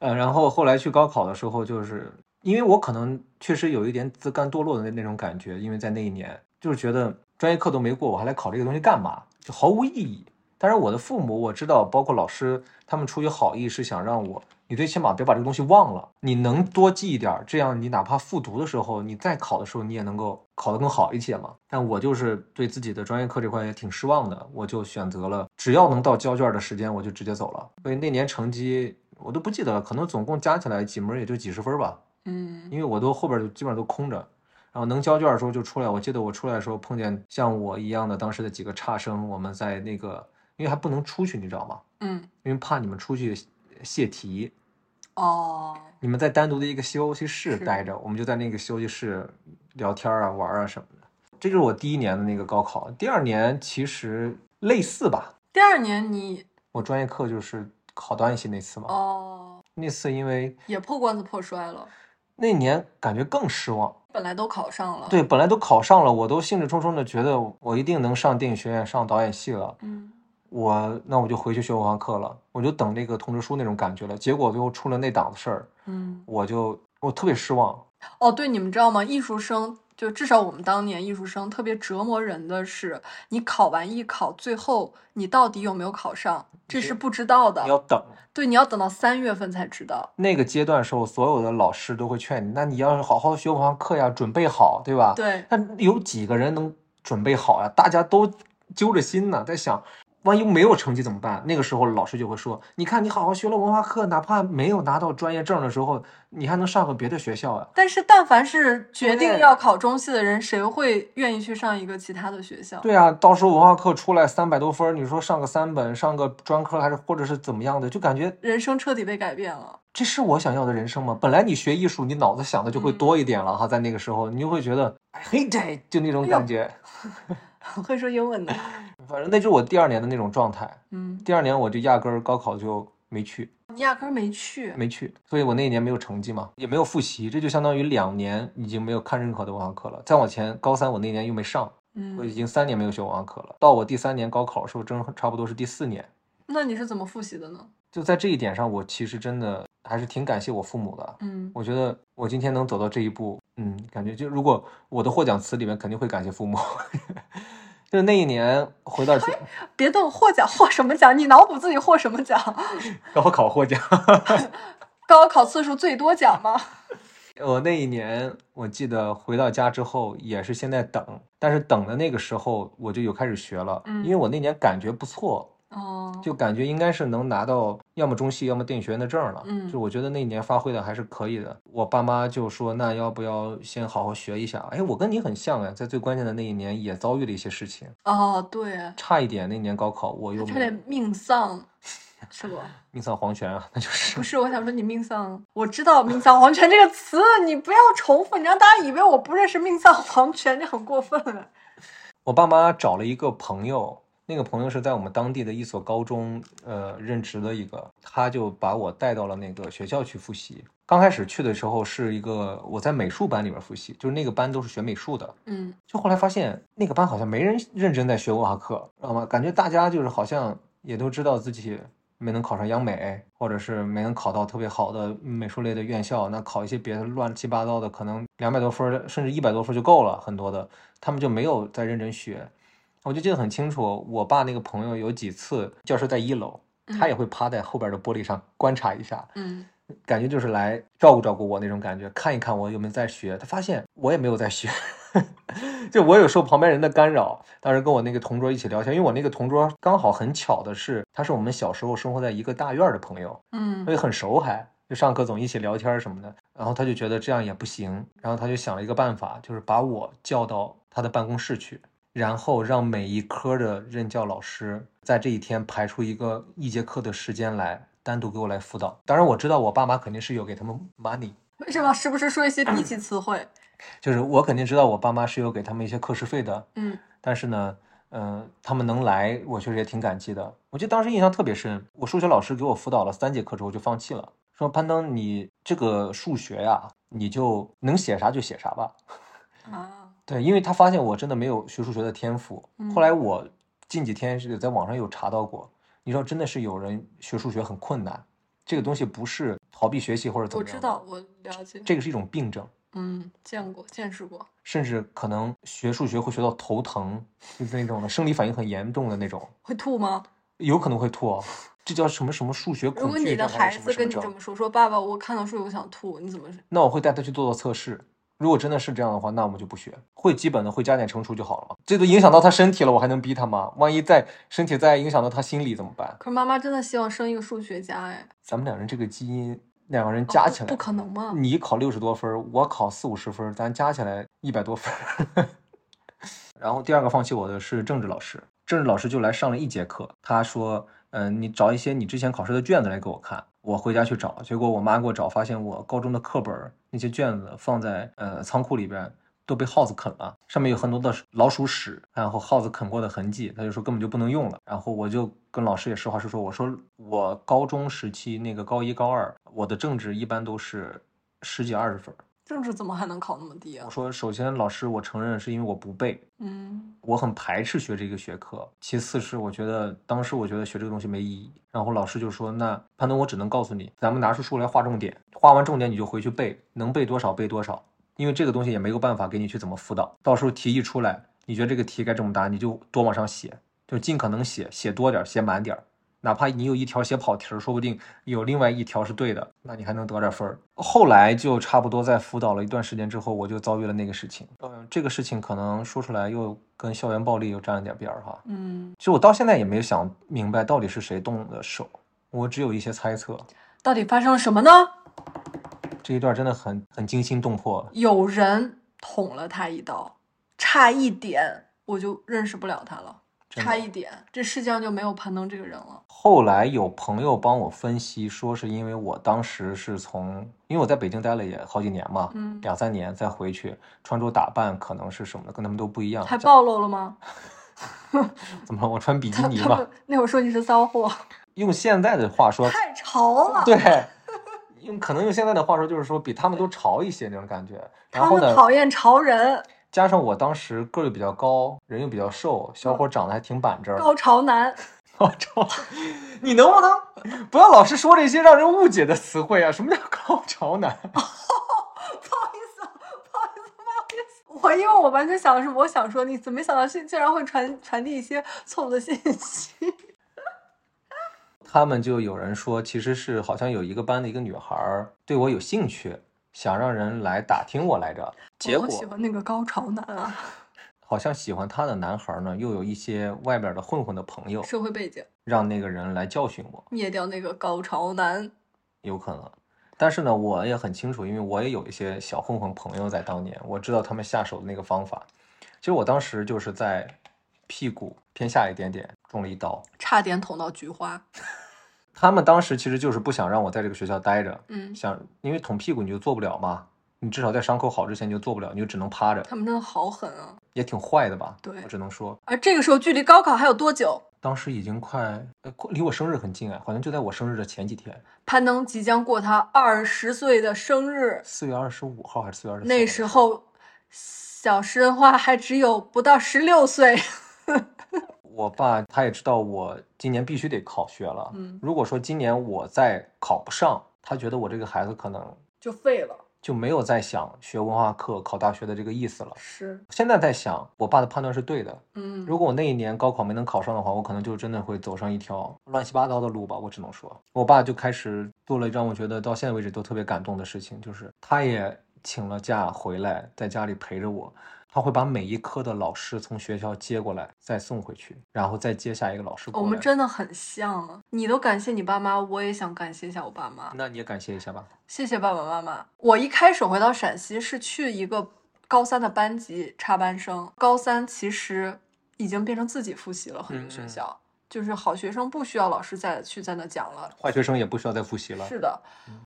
[SPEAKER 1] 呃，然后后来去高考的时候，就是因为我可能确实有一点自甘堕落的那那种感觉，因为在那一年就是觉得专业课都没过，我还来考这个东西干嘛？就毫无意义。但是我的父母我知道，包括老师，他们出于好意是想让我，你最起码别把这个东西忘了，你能多记一点儿，这样你哪怕复读的时候，你再考的时候，你也能够考得更好一些嘛。但我就是对自己的专业课这块也挺失望的，我就选择了只要能到交卷的时间，我就直接走了。所以那年成绩我都不记得了，可能总共加起来几门儿也就几十分儿吧，
[SPEAKER 2] 嗯，
[SPEAKER 1] 因为我都后边儿就基本上都空着。然后能交卷的时候就出来。我记得我出来的时候碰见像我一样的当时的几个差生，我们在那个，因为还不能出去，你知道吗？
[SPEAKER 2] 嗯，
[SPEAKER 1] 因为怕你们出去泄题，
[SPEAKER 2] 哦，
[SPEAKER 1] 你们在单独的一个休息室
[SPEAKER 2] 是
[SPEAKER 1] 待着，我们就在那个休息室聊天啊、玩啊什么的。这就是我第一年的那个高考。第二年其实类似吧，
[SPEAKER 2] 第二年你
[SPEAKER 1] 我专业课就是考到一些那次嘛。
[SPEAKER 2] 哦
[SPEAKER 1] 那次因为
[SPEAKER 2] 也破罐子破摔了，
[SPEAKER 1] 那年感觉更失望，
[SPEAKER 2] 本来都考上了，
[SPEAKER 1] 对，，本来都考上了，我都兴致冲冲的觉得我一定能上电影学院、上导演系了。
[SPEAKER 2] 嗯，
[SPEAKER 1] 我那我就回去学文化课了，我就等那个通知书那种感觉了。结果最后出了那档子事儿，
[SPEAKER 2] 嗯，
[SPEAKER 1] 我就我特别失望。
[SPEAKER 2] 哦，对，你们知道吗？艺术生就至少我们当年艺术生特别折磨人的是，你考完艺考，最后你到底有没有考上，这是不知道
[SPEAKER 1] 你要
[SPEAKER 2] 的。
[SPEAKER 1] 等
[SPEAKER 2] 对，你要等到三月份才知道。
[SPEAKER 1] 那个阶段的时候，所有的老师都会劝你，那你要是好好学文化课呀，准备好，对吧？。
[SPEAKER 2] 对，
[SPEAKER 1] 那有几个人能准备好呀？大家都揪着心呢，在想，万一没有成绩怎么办？那个时候老师就会说，你看你好好学了文化课，哪怕没有拿到专业证的时候，你还能上个别的学校呀。
[SPEAKER 2] 但是但凡是决定
[SPEAKER 1] 对
[SPEAKER 2] 要考中戏的人，谁会愿意去上一个其他的学校？
[SPEAKER 1] 对啊，到时候文化课出来三百多分儿，你说上个三本，上个专科还是或者是怎么样的，就感觉
[SPEAKER 2] 人生彻底被改变了。
[SPEAKER 1] 这是我想要的人生吗？本来你学艺术，你脑子想的就会
[SPEAKER 2] 嗯
[SPEAKER 1] 多一点了哈，在那个时候，你就会觉得 I hate it，就那种感觉。
[SPEAKER 2] 很会说英文的，
[SPEAKER 1] 反正那就是我第二年的那种状态。
[SPEAKER 2] 嗯，
[SPEAKER 1] 第二年我就压根儿高考就没去，
[SPEAKER 2] 你压根儿没去。
[SPEAKER 1] 没去，所以我那一年没有成绩嘛，也没有复习，这就相当于两年已经没有看任何的文化课了。再往前，高三我那年又没上，我
[SPEAKER 2] 嗯，
[SPEAKER 1] 已经三年没有学网上课了。到我第三年高考的时候，正差不多是第四年。
[SPEAKER 2] 那你是怎么复习的呢？
[SPEAKER 1] 就在这一点上，我其实真的还是挺感谢我父母的。
[SPEAKER 2] 嗯，
[SPEAKER 1] 我觉得我今天能走到这一步，嗯，感觉就如果我的获奖词里面肯定会感谢父母。 就是那一年回到家
[SPEAKER 2] 别动，获奖获什么奖？你脑补自己获什么奖？
[SPEAKER 1] 高考获奖，
[SPEAKER 2] 高考次数最多奖吗？
[SPEAKER 1] 我那一年我记得回到家之后也是先在等，但是等的那个时候我就有开始学了，
[SPEAKER 2] 嗯
[SPEAKER 1] 因为我那年感觉不错，
[SPEAKER 2] 哦，
[SPEAKER 1] 就感觉应该是能拿到要么中戏要么电影学院的证儿了。
[SPEAKER 2] 嗯
[SPEAKER 1] 就我觉得那一年发挥的还是可以的。我爸妈就说，那要不要先好好学一下？哎，我跟你很像哎，在最关键的那一年也遭遇了一些事情，
[SPEAKER 2] 哦，对，
[SPEAKER 1] 差一点那年高考我又
[SPEAKER 2] 啊差
[SPEAKER 1] 没
[SPEAKER 2] 点命丧， 是不？
[SPEAKER 1] 命丧黄泉啊，那 就是
[SPEAKER 2] 不是，我想说你命丧，我知道“命丧黄泉”这个词，你不要重复，你让大家以为我不认识“命丧黄泉”，这很过分啊了。
[SPEAKER 1] 我爸妈找了一个朋友，那个朋友是在我们当地的一所高中，呃，任职的一个，他就把我带到了那个学校去复习。刚开始去的时候是一个我在美术班里边复习，就是那个班都是学美术的。
[SPEAKER 2] 嗯
[SPEAKER 1] 就后来发现那个班好像没人认真在学文化课，知道吗？感觉大家就是好像也都知道自己没能考上央美，或者是没能考到特别好的美术类的院校，那考一些别的乱七八糟的，可能两百多分儿甚至一百多分儿就够了，很多的他们就没有在认真学。我就记得很清楚，我爸那个朋友有几次教室在一楼，他也会趴在后边的玻璃上观察一下，
[SPEAKER 2] 嗯，
[SPEAKER 1] 感觉就是来照顾照顾我那种感觉，看一看我有没有在学。他发现我也没有在学， 就我有受旁边人的干扰。当时跟我那个同桌一起聊天，因为我那个同桌刚好很巧的是，他是我们小时候生活在一个大院儿的朋友，
[SPEAKER 2] 嗯
[SPEAKER 1] 所以很熟还，就上课总一起聊天儿什么的。然后他就觉得这样也不行，然后他就想了一个办法，就是把我叫到他的办公室去，然后让每一科的任教老师在这一天排出一个一节课的时间来。单独给我来辅导，当然我知道我爸妈肯定是有给他们 money，
[SPEAKER 2] 为什么时不时说一些低级词汇？
[SPEAKER 1] 就是我肯定知道我爸妈是有给他们一些课时费的，
[SPEAKER 2] 嗯
[SPEAKER 1] 但是呢，嗯、他们能来，我确实也挺感激的。我记得当时印象特别深，我数学老师给我辅导了三节课之后就放弃了，说攀登你这个数学呀、你就能写啥就写啥吧。
[SPEAKER 2] 啊，
[SPEAKER 1] 对，因为他发现我真的没有学数学的天赋。
[SPEAKER 2] 嗯
[SPEAKER 1] 后来我近几天是在网上有查到过，你知道真的是有人学数学很困难，这个东西不是逃避学习或者怎
[SPEAKER 2] 我
[SPEAKER 1] 么样，
[SPEAKER 2] 知道，，我了解，
[SPEAKER 1] 这个是一种病症。
[SPEAKER 2] 嗯，见过，见识过，
[SPEAKER 1] 甚至可能学数学会学到头疼，就是那种生理反应很严重的那种，
[SPEAKER 2] 会吐吗？
[SPEAKER 1] 有可能会吐哦。这叫什么什么数学
[SPEAKER 2] 如
[SPEAKER 1] 恐
[SPEAKER 2] 果
[SPEAKER 1] 惧
[SPEAKER 2] 你的
[SPEAKER 1] 症还
[SPEAKER 2] 孩
[SPEAKER 1] 是什么
[SPEAKER 2] 子
[SPEAKER 1] 什
[SPEAKER 2] 跟
[SPEAKER 1] 么
[SPEAKER 2] 你这
[SPEAKER 1] 症？
[SPEAKER 2] 么说，说爸爸，我看到数学我想吐，你怎么是？
[SPEAKER 1] 那我会带他去做做测试。如果真的是这样的话，那我们就不学，会基本的会加减乘除就好了嘛。这都影响到他身体了，我还能逼他吗？万一在身体再影响到他心理怎么办？
[SPEAKER 2] 可是妈妈真的希望生一个数学家哎，
[SPEAKER 1] 咱们两人这个基因，两个人
[SPEAKER 2] 哦
[SPEAKER 1] 加
[SPEAKER 2] 不
[SPEAKER 1] 起来，
[SPEAKER 2] 不可能嘛？
[SPEAKER 1] 你考六十多分儿，我考四五十分儿，咱加起来一百多分儿。 然后第二个放弃我的是政治老师，政治老师就来上了一节课，他说：“嗯、你找一些你之前考试的卷子来给我看。”我回家去找，结果我妈给我找，发现我高中的课本儿那些卷子放在呃仓库里边都被耗子啃了，上面有很多的老鼠屎，然后耗子啃过的痕迹，他就说根本就不能用了。然后我就跟老师也实话实说，我说我高中时期那个高一高二，我的政治一般都是十几二十分儿。
[SPEAKER 2] 政治怎么还能考那么低啊
[SPEAKER 1] 我？说首先老师，我承认是因为我不背，
[SPEAKER 2] 嗯
[SPEAKER 1] 我很排斥学这个学科。其次是我觉得当时我觉得学这个东西没意义。然后老师就说：“那潘东，我只能告诉你，咱们拿出书来画重点，画完重点你就回去背，能背多少背多少，因为这个东西也没有办法给你去怎么辅导。到时候题一出来，你觉得这个题该这么答，你就多往上写，就尽可能写，写多点儿，写满点儿。”哪怕你有一条写跑题儿，说不定有另外一条是对的，那你还能得点分儿。后来就差不多在辅导了一段时间之后，我就遭遇了那个事情。嗯，这个事情可能说出来又跟校园暴力又沾了点边儿哈。
[SPEAKER 2] 嗯，
[SPEAKER 1] 其实我到现在也没想明白到底是谁动的手，我只有一些猜测。
[SPEAKER 2] 到底发生了什么呢？
[SPEAKER 1] 这一段真的很很惊心动魄。
[SPEAKER 2] 有人捅了他一刀，差一点我就认识不了他了，
[SPEAKER 1] 真的
[SPEAKER 2] 差一点，这世界上就没有攀登这个人了。
[SPEAKER 1] 后来有朋友帮我分析，说是因为我当时是从，因为我在北京待了也好几年嘛，
[SPEAKER 2] 嗯
[SPEAKER 1] 两三年再回去，穿着打扮可能是什么的，跟他们都不一样。
[SPEAKER 2] 还暴露 了吗？
[SPEAKER 1] 怎么了？我穿比基
[SPEAKER 2] 他
[SPEAKER 1] 尼
[SPEAKER 2] 他
[SPEAKER 1] 嘛
[SPEAKER 2] 们，那会儿说你是骚货，
[SPEAKER 1] 用现在的话说，
[SPEAKER 2] 太潮了。
[SPEAKER 1] 对，用可能用现在的话说，就是说比他们都潮一些那种感觉。然
[SPEAKER 2] 他
[SPEAKER 1] 后
[SPEAKER 2] 们
[SPEAKER 1] 呢，
[SPEAKER 2] 讨厌潮人，
[SPEAKER 1] 加上我当时个儿又比较高，人又比较瘦，小伙长得还挺板正儿。
[SPEAKER 2] 高潮男，
[SPEAKER 1] 高潮， 你能不能不要老是说这些让人误解的词汇啊？什么叫高潮男？
[SPEAKER 2] 不好意思啊，不好意思，不好意思，我因为我完全想的是，我想说你怎么没想到是竟然会传传递一些错误的信息。
[SPEAKER 1] 他们就有人说，其实是好像有一个班的一个女孩儿对我有兴趣，想让人来打听我来着。结
[SPEAKER 2] 我
[SPEAKER 1] 果
[SPEAKER 2] 哦好喜欢那个高潮男啊，
[SPEAKER 1] 好像喜欢她的男孩儿呢，又有一些外边的混混的朋友，
[SPEAKER 2] 社会背景
[SPEAKER 1] 让那个人来教训我，
[SPEAKER 2] 灭掉那个高潮男，
[SPEAKER 1] 有可能。但是呢，我也很清楚，因为我也有一些小混混朋友在当年，我知道他们下手的那个方法。其实我当时就是在屁股偏下一点点中了一刀。
[SPEAKER 2] 差点捅到菊花。
[SPEAKER 1] 他们当时其实就是不想让我在这个学校待着，
[SPEAKER 2] 嗯，
[SPEAKER 1] 想因为捅屁股你就做不了嘛，你至少在伤口好之前你就做不了，你就只能趴着，
[SPEAKER 2] 他们真的好狠啊！
[SPEAKER 1] 也挺坏的吧？
[SPEAKER 2] 对
[SPEAKER 1] 我只能说
[SPEAKER 2] 而这个时候距离高考还有多久？
[SPEAKER 1] 当时已经快呃快离我生日很近哎，好像就在我生日的前几天，
[SPEAKER 2] 攀登即将过他二十岁的生日，
[SPEAKER 1] 四月二十五号还是四月二十？
[SPEAKER 2] 那时候小申花还只有不到十六岁。
[SPEAKER 1] 我爸他也知道我今年必须得考学了，
[SPEAKER 2] 嗯
[SPEAKER 1] 如果说今年我再考不上，他觉得我这个孩子可能
[SPEAKER 2] 就废了。
[SPEAKER 1] 就没有再想学文化课、考大学的这个意思了。
[SPEAKER 2] 是，
[SPEAKER 1] 现在在想，我爸的判断是对的，
[SPEAKER 2] 嗯，
[SPEAKER 1] 如果我那一年高考没能考上的话，我可能就真的会走上一条乱七八糟的路吧。我只能说，我爸就开始做了一让我觉得到现在为止都特别感动的事情，就是他也请了假回来，在家里陪着我。他会把每一科的老师从学校接过来，再送回去，然后再接下一个老师过
[SPEAKER 2] 我
[SPEAKER 1] 来。
[SPEAKER 2] 们真的很像啊！你都感谢你爸妈，我也想感谢一下我爸妈，
[SPEAKER 1] 那你也感谢一下吧。
[SPEAKER 2] 谢谢爸爸妈妈。我一开始回到陕西是去一个高三的班级插班生，高三其实已经变成自己复习了，很多
[SPEAKER 1] 嗯
[SPEAKER 2] 学
[SPEAKER 1] 嗯
[SPEAKER 2] 校、就是好学生不需要老师再去在那讲了。
[SPEAKER 1] 坏学生也不需要再复习了。
[SPEAKER 2] 是的，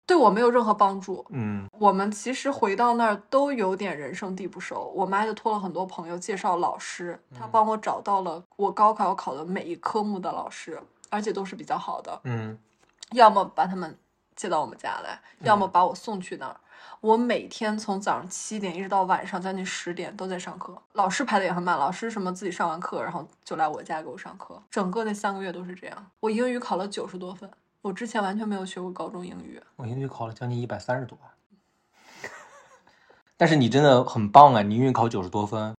[SPEAKER 2] 对我没有任何帮助。
[SPEAKER 1] 嗯，
[SPEAKER 2] 我们其实回到那儿都有点人生地不熟，我妈就托了很多朋友介绍老师，
[SPEAKER 1] 嗯
[SPEAKER 2] 她帮我找到了我高考要考的每一科目的老师，而且都是比较好的，
[SPEAKER 1] 嗯，
[SPEAKER 2] 要么把他们接到我们家来，要么把我送去那儿。我每天从早上七点一直到晚上将近十点都在上课，老师排的也很满，老师什么自己上完课，然后就来我家给我上课，整个那三个月都是这样。我英语考了九十多分，我之前完全没有学过高中英语，
[SPEAKER 1] 我英语考了将近一百三十多啊， 但是你真的很棒啊！你英语考九十多分，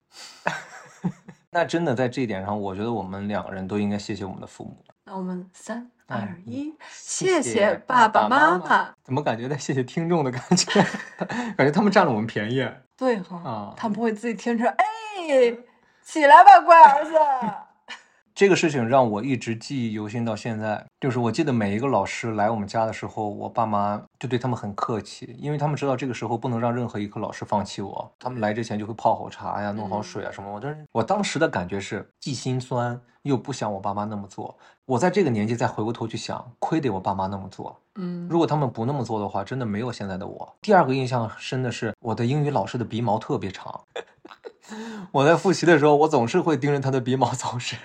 [SPEAKER 1] 那真的在这一点上，我觉得我们两个人都应该谢谢我们的父母。
[SPEAKER 2] 那我们三
[SPEAKER 1] 嗯
[SPEAKER 2] 二一，
[SPEAKER 1] 谢
[SPEAKER 2] 谢
[SPEAKER 1] 谢
[SPEAKER 2] 谢
[SPEAKER 1] 爸
[SPEAKER 2] 爸
[SPEAKER 1] 爸
[SPEAKER 2] 爸
[SPEAKER 1] 妈
[SPEAKER 2] 妈
[SPEAKER 1] 妈
[SPEAKER 2] 妈。
[SPEAKER 1] 怎么感觉在谢谢听众的感觉？ 感觉他们占了我们便宜
[SPEAKER 2] 对哈，
[SPEAKER 1] 啊！
[SPEAKER 2] 他们不会自己听成哎，起来吧，乖儿子。
[SPEAKER 1] 这个事情让我一直记忆犹新到现在。就是我记得每一个老师来我们家的时候，我爸妈就对他们很客气，因为他们知道这个时候不能让任何一个老师放弃我。他们来之前就会泡好茶呀，弄好水啊什么。我当时我当时的感觉是既心酸又不想我爸妈那么做。我在这个年纪再回过头去想，亏得我爸妈那么做。
[SPEAKER 2] 嗯
[SPEAKER 1] 如果他们不那么做的话，真的没有现在的我。第二个印象深的是，我的英语老师的鼻毛特别长。 我在复习的时候，我总是会盯着他的鼻毛走神，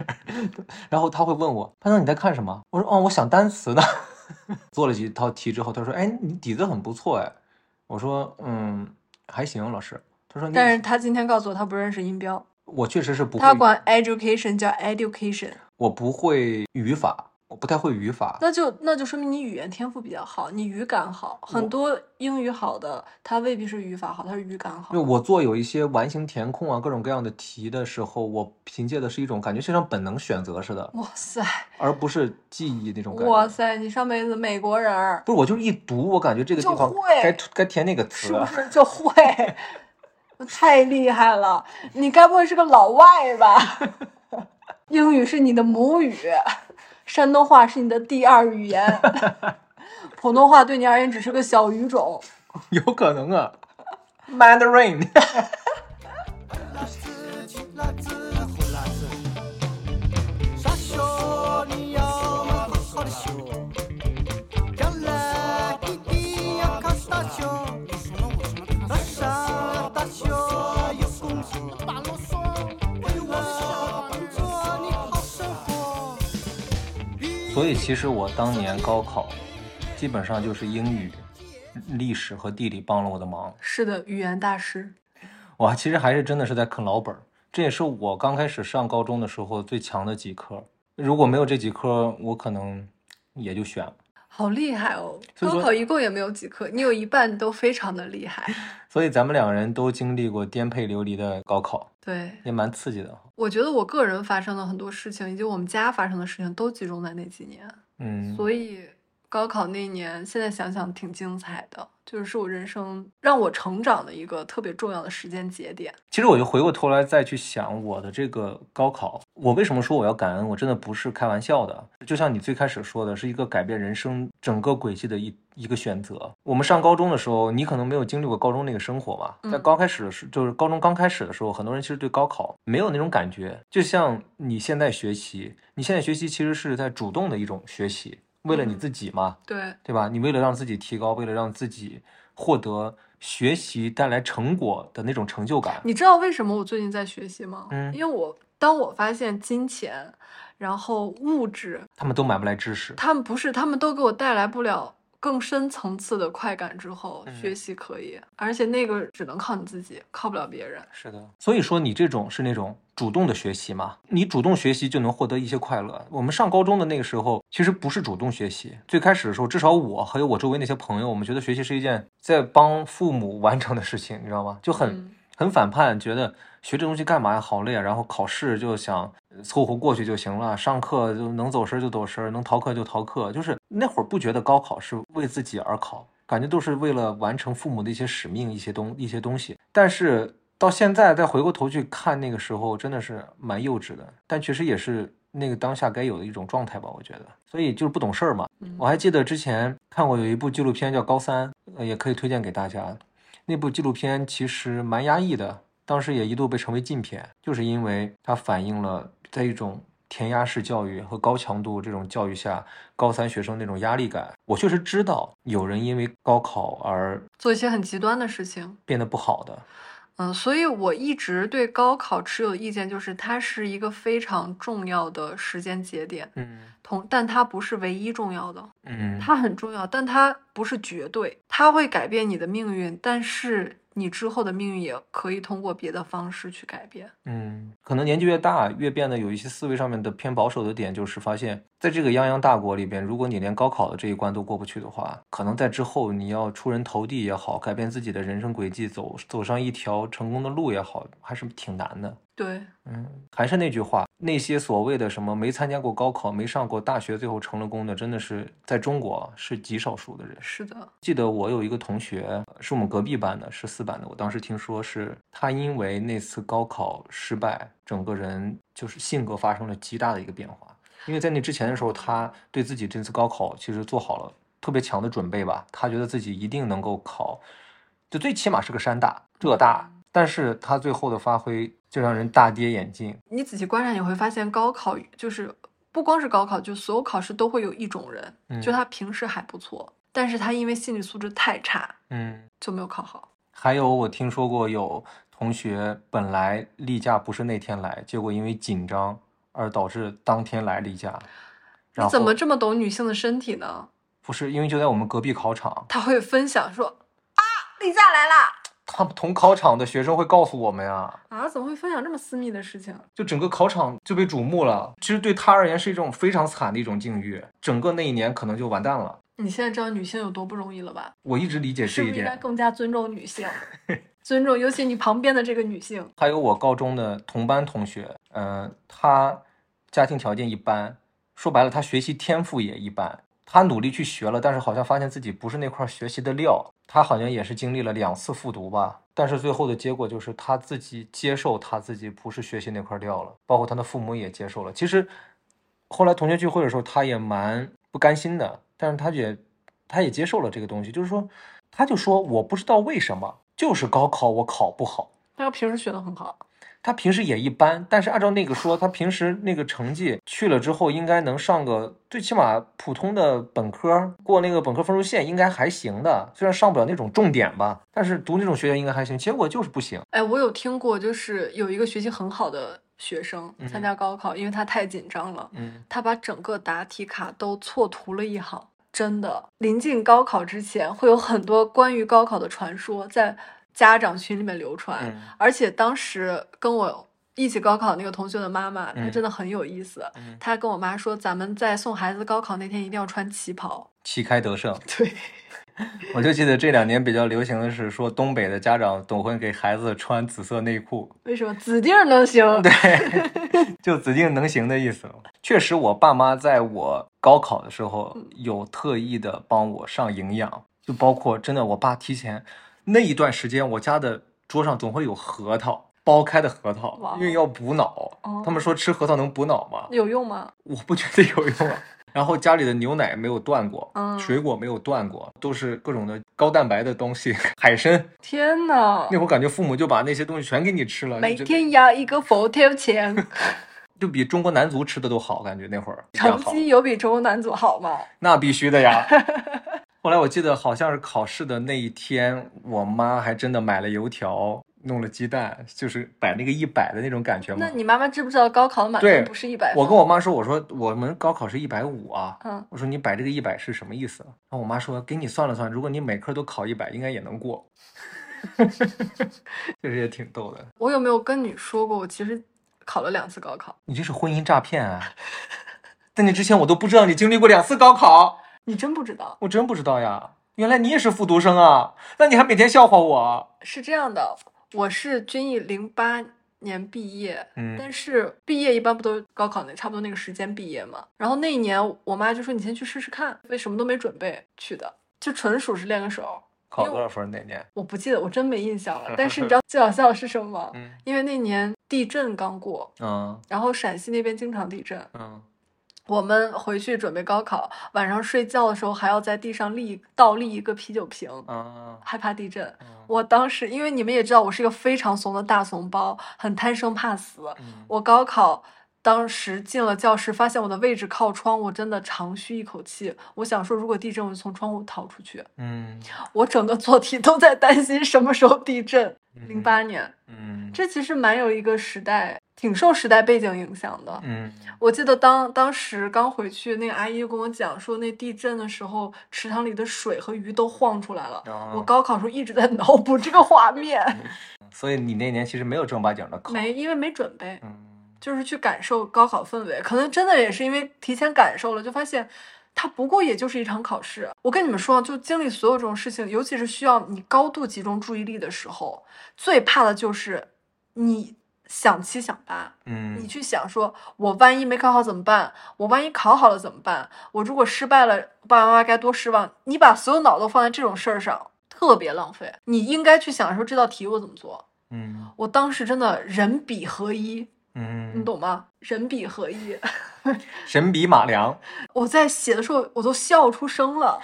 [SPEAKER 1] 然后他会问我：“潘总你在看什么？”我说：“哦，我想单词呢。” 做了几套题之后，他说：“哎，你底子很不错哎。”我说：“嗯，还行，老师。”他说：“
[SPEAKER 2] 但
[SPEAKER 1] 那
[SPEAKER 2] 是他今天告诉我他不认识音标，
[SPEAKER 1] 我确实是不
[SPEAKER 2] 他
[SPEAKER 1] 会，
[SPEAKER 2] 管 education 叫 education，
[SPEAKER 1] 我不会语法，我不太会语法。
[SPEAKER 2] 那就那就说明你语言天赋比较好，你语感好。很多英语好的，他未必是语法好，他是语感好
[SPEAKER 1] 因为。我做有一些完形填空啊，各种各样的题的时候，我凭借的是一种感觉，就像本能选择似的，
[SPEAKER 2] 哇塞，
[SPEAKER 1] 而不是记忆那种感觉。
[SPEAKER 2] 哇塞，你上辈子美国人儿
[SPEAKER 1] 不是，我就是一读，我感觉这个地
[SPEAKER 2] 就
[SPEAKER 1] 方
[SPEAKER 2] 会
[SPEAKER 1] 该该填那个词
[SPEAKER 2] 是不
[SPEAKER 1] 啊，
[SPEAKER 2] 是就会？ 太厉害了！你该不会是个老外吧？英语是你的母语，山东话是你的第二语 言，普通话对你而言只是个小语种。
[SPEAKER 1] 有可能 啊。Mandarin，
[SPEAKER 3] 辣子、青辣子、红辣子，傻笑你要么好好的笑，将来滴滴呀卡斯大笑，大傻大笑有工作，为我的小工作你好生活。
[SPEAKER 1] 所以其实我当年高考，基本上就是英语、历史和地理帮了我的忙。
[SPEAKER 2] 是的，语言大师。
[SPEAKER 1] 我还其实还是真的是在啃老本儿，这也是我刚开始上高中的时候最强的几科。如果没有这几科，我可能也就选了。
[SPEAKER 2] 好厉害哦！
[SPEAKER 1] 所以
[SPEAKER 2] 高
[SPEAKER 1] 说
[SPEAKER 2] 考一共也没有几科，你有一半都非常的厉害。
[SPEAKER 1] 所以咱们两个人都经历过颠沛流离的高考，
[SPEAKER 2] 对，
[SPEAKER 1] 也蛮刺激的。
[SPEAKER 2] 我觉得我个人发生的很多事情，以及我们家发生的事情，都集中在那几年。
[SPEAKER 1] 嗯，
[SPEAKER 2] 所以高考那一年，现在想想挺精彩的，就是是我人生让我成长的一个特别重要的时间节点。
[SPEAKER 1] 其实我就回过头来再去想我的这个高考，我为什么说我要感恩？我真的不是开玩笑的。就像你最开始说的，是一个改变人生整个轨迹的一一个选择。我们上高中的时候，你可能没有经历过高中那个生活吧？
[SPEAKER 2] 嗯
[SPEAKER 1] 在刚开始的时，就是高中刚开始的时候，很多人其实对高考没有那种感觉。就像你现在学习，你现在学习其实是在主动的一种学习，为了你
[SPEAKER 2] 嗯
[SPEAKER 1] 自己嘛。
[SPEAKER 2] 对，
[SPEAKER 1] 对吧？你为了让自己提高，为了让自己获得学习带来成果的那种成就感，
[SPEAKER 2] 你知道为什么我最近在学习吗？
[SPEAKER 1] 嗯
[SPEAKER 2] 因为我当我发现金钱，然后物质，
[SPEAKER 1] 他们都买不来知识。
[SPEAKER 2] 他们不是，他们都给我带来不了。更深层次的快感之后，
[SPEAKER 1] 嗯
[SPEAKER 2] 学习可以，而且那个只能靠你自己，靠不了别人。
[SPEAKER 1] 是的，所以说你这种是那种主动的学习嘛？你主动学习就能获得一些快乐。我们上高中的那个时候，其实不是主动学习。最开始的时候，至少我还有我周围那些朋友，我们觉得学习是一件在帮父母完成的事情，你知道吗？就很、
[SPEAKER 2] 嗯
[SPEAKER 1] 很反叛，觉得学这东西干嘛呀？好累啊！然后考试就想呃凑合过去就行了，上课就能走神儿就走神儿，能逃课就逃课。就是那会儿不觉得高考是为自己而考，感觉都是为了完成父母的一些使命、一些东一些东西。但是到现在再回过头去看那个时候，真的是蛮幼稚的，但确实也是那个当下该有的一种状态吧，我觉得。所以就是不懂事儿嘛。
[SPEAKER 2] 嗯
[SPEAKER 1] 我还记得之前看过有一部纪录片叫《高三》，呃，也可以推荐给大家。那部纪录片其实蛮压抑的，当时也一度被称为禁片，就是因为它反映了在一种填鸭式教育和高强度这种教育下，高三学生那种压力感。我确实知道有人因为高考而
[SPEAKER 2] 做一些很极端的事情，
[SPEAKER 1] 变得不好的，
[SPEAKER 2] 嗯，所以我一直对高考持有的意见就是，它是一个非常重要的时间节点，
[SPEAKER 1] 嗯
[SPEAKER 2] 同但它不是唯一重要的，
[SPEAKER 1] 嗯，
[SPEAKER 2] 它很重要，但它不是绝对，它会改变你的命运，但是你之后的命运也可以通过别的方式去改变。
[SPEAKER 1] 嗯，可能年纪越大，越变得有一些思维上面的偏保守的点，就是发现，在这个泱泱大国里边，如果你连高考的这一关都过不去的话，可能在之后你要出人头地也好，改变自己的人生轨迹，走走上一条成功的路也好，还是挺难的。
[SPEAKER 2] 对，
[SPEAKER 1] 嗯，还是那句话，那些所谓的什么没参加过高考、没上过大学，最后成了功的，真的是在中国是极少数的人。
[SPEAKER 2] 是的，
[SPEAKER 1] 记得我有一个同学呃是我们隔壁班的，是四班的。我当时听说是他因为那次高考失败，整个人就是性格发生了极大的一个变化。因为在那之前的时候，他对自己这次高考其实做好了特别强的准备吧，他觉得自己一定能够考，就最起码是个山大、浙大。但是他最后的发挥就让人大跌眼镜。
[SPEAKER 2] 你仔细观察，你会发现高考就是不光是高考，就所有考试都会有一种人，
[SPEAKER 1] 嗯
[SPEAKER 2] 就他平时还不错，但是他因为心理素质太差，
[SPEAKER 1] 嗯。
[SPEAKER 2] 就没有考好。
[SPEAKER 1] 还有我听说过有同学本来例假不是那天来，结果因为紧张而导致当天来例假，然
[SPEAKER 2] 你
[SPEAKER 1] 后
[SPEAKER 2] 怎么这么懂女性的身体呢？
[SPEAKER 1] 不是因为就在我们隔壁考场，
[SPEAKER 2] 她会分享说啊，例假来啦
[SPEAKER 1] 他们同考场的学生会告诉我们呀，
[SPEAKER 2] 啊，怎么会分享这么私密的事情？
[SPEAKER 1] 就整个考场就被瞩目了。其实对他而言是一种非常惨的一种境遇，整个那一年可能就完蛋了。
[SPEAKER 2] 你现在知道女性有多不容易了吧？
[SPEAKER 1] 我一直理解这
[SPEAKER 2] 是不
[SPEAKER 1] 一
[SPEAKER 2] 是应该
[SPEAKER 1] 点。
[SPEAKER 2] 更加尊重女性？ 尊重，尤其你旁边的这个女性。
[SPEAKER 1] 还有我高中的同班同学，嗯、他家庭条件一般，说白了，他学习天赋也一般。他努力去学了，但是好像发现自己不是那块儿学习的料。他好像也是经历了两次复读吧，但是最后的结果就是他自己接受他自己不是学习那块料了，包括他的父母也接受了。其实后来同学聚会的时候，他也蛮不甘心的，但是他也他也接受了这个东西，就是说，他就说我不知道为什么，就是高考我考不好。
[SPEAKER 2] 她平时学的很好，
[SPEAKER 1] 他平时也一般，但是按照那个说，他平时那个成绩去了之后，应该能上个最起码普通的本科，过那个本科分数线应该还行的。虽然上不了那种重点吧，但是读那种学校应该还行。结果就是不行，
[SPEAKER 2] 哎，我有听过，就是有一个学习很好的学生
[SPEAKER 1] 嗯
[SPEAKER 2] 参加高考，因为他太紧张了，
[SPEAKER 1] 嗯，
[SPEAKER 2] 他把整个答题卡都错涂了一行。真的，临近高考之前，会有很多关于高考的传说在家长群里面流传，
[SPEAKER 1] 嗯
[SPEAKER 2] 而且当时跟我一起高考那个同学的妈妈，她
[SPEAKER 1] 嗯
[SPEAKER 2] 真的很有意思，
[SPEAKER 1] 嗯
[SPEAKER 2] 她跟我妈说，咱们在送孩子高考那天一定要穿旗 袍。
[SPEAKER 1] 旗开得胜。
[SPEAKER 2] 对，
[SPEAKER 1] 我就记得这两年比较流行的是说，东北的家长总会给孩子穿紫色内裤，
[SPEAKER 2] 为什么指定能行？
[SPEAKER 1] 对，就指定能行的意思。确实，我爸妈在我高考的时候
[SPEAKER 2] 嗯
[SPEAKER 1] 有特意的帮我上营养，就包括真的，我爸提前那一段时间，我家的桌上总会有核桃。剥开的核
[SPEAKER 2] 哇
[SPEAKER 1] 桃
[SPEAKER 2] 哦，
[SPEAKER 1] 因为要补脑，
[SPEAKER 2] 哦
[SPEAKER 1] 他们说吃核桃能补脑嘛，
[SPEAKER 2] 有用吗？
[SPEAKER 1] 我不觉得有用啊。然后家里的牛奶没有断过，
[SPEAKER 2] 嗯
[SPEAKER 1] 水果没有断过，都是各种的高蛋白的东西，海参。
[SPEAKER 2] 天哪
[SPEAKER 1] 那！会儿感觉父母就把那些东西全给啊你吃了，
[SPEAKER 2] 每
[SPEAKER 1] 就觉得
[SPEAKER 2] 天压一个佛跳墙，
[SPEAKER 1] 就 比中国男足吃的都好，感觉那会儿比较
[SPEAKER 2] 成
[SPEAKER 1] 好。
[SPEAKER 2] 绩有比中国男足好吗？
[SPEAKER 1] 那必须的 呀。后来我记得好像是考试的那一天，我妈还真的买了油条，弄了鸡蛋，就是摆那个一百的那种感觉嘛
[SPEAKER 2] 那。你妈妈知不知道高考的满
[SPEAKER 1] 对
[SPEAKER 2] 分不是一百分？
[SPEAKER 1] 我跟我妈说，我说我们高考是一百五啊，
[SPEAKER 2] 嗯，
[SPEAKER 1] 我说你摆这个一百是什么意思？然后我妈说给你算了算，如果你每科都考一百，应该也能过。 确实也挺逗的。
[SPEAKER 2] 我有没有跟你说过，我其实考了两次高考？
[SPEAKER 1] 你这是婚姻诈骗 啊！在你之前我都不知道你经历过两次高考，
[SPEAKER 2] 你真不知道？
[SPEAKER 1] 我真不知道呀。原来你也是复读生啊？那你还每天笑话我？
[SPEAKER 2] 是这样的，我是军艺零八年毕业，
[SPEAKER 1] 嗯
[SPEAKER 2] 但是毕业一般不都是高考那差不多那个时间毕业嘛？然后那一年我妈就说你先去试试看，为什么都没准备去的，就纯属是练个手。
[SPEAKER 1] 考多少分那年？
[SPEAKER 2] 我不记得，我真没印象 了。但是你知道最好笑的是什么吗？
[SPEAKER 1] 嗯
[SPEAKER 2] 因为那年地震刚过，
[SPEAKER 1] 嗯
[SPEAKER 2] 然后陕西那边经常地震，
[SPEAKER 1] 嗯，
[SPEAKER 2] 我们回去准备高考，晚上睡觉的时候还要在地上立倒立一个啤酒瓶，
[SPEAKER 1] 啊
[SPEAKER 2] 害怕地震。
[SPEAKER 1] 嗯
[SPEAKER 2] 我当时，因为你们也知道，我是一个非常怂的大怂包，很贪生怕死。
[SPEAKER 1] 嗯
[SPEAKER 2] 我高考当时进了教室，发现我的位置靠窗，我真的长吁一口气。我想说，如果地震，我就从窗户逃出去。
[SPEAKER 1] 嗯，
[SPEAKER 2] 我整个做题都在担心什么时候地震。零八年，
[SPEAKER 1] 嗯
[SPEAKER 2] 这其实蛮有一个时代，挺受时代背景影响的。
[SPEAKER 1] 嗯
[SPEAKER 2] 我记得当当时刚回去，那个阿姨就跟我讲说，那地震的时候，池塘里的水和鱼都晃出来了。
[SPEAKER 1] 啊
[SPEAKER 2] 我高考时候一直在脑补这个画面，
[SPEAKER 1] 哦所以你那年其实没有正儿八经的考。
[SPEAKER 2] 没因为没准备，
[SPEAKER 1] 嗯
[SPEAKER 2] 就是去感受高考氛围。可能真的也是因为提前感受了，就发现它不过也就是一场考试。我跟你们说，就经历所有这种事情，尤其是需要你高度集中注意力的时候，最怕的就是你想七想八。
[SPEAKER 1] 嗯
[SPEAKER 2] 你去想说，我万一没考好怎么办？我万一考好了怎么办？我如果失败了，爸爸妈妈该多失望。你把所有脑都放在这种事儿上，特别浪费。你应该去想说这道题我怎么做。
[SPEAKER 1] 嗯
[SPEAKER 2] 我当时真的人笔合一，你
[SPEAKER 1] 嗯，
[SPEAKER 2] 懂吗？人笔合一，
[SPEAKER 1] 神笔马良。
[SPEAKER 2] 我在写的时候我都笑出声了。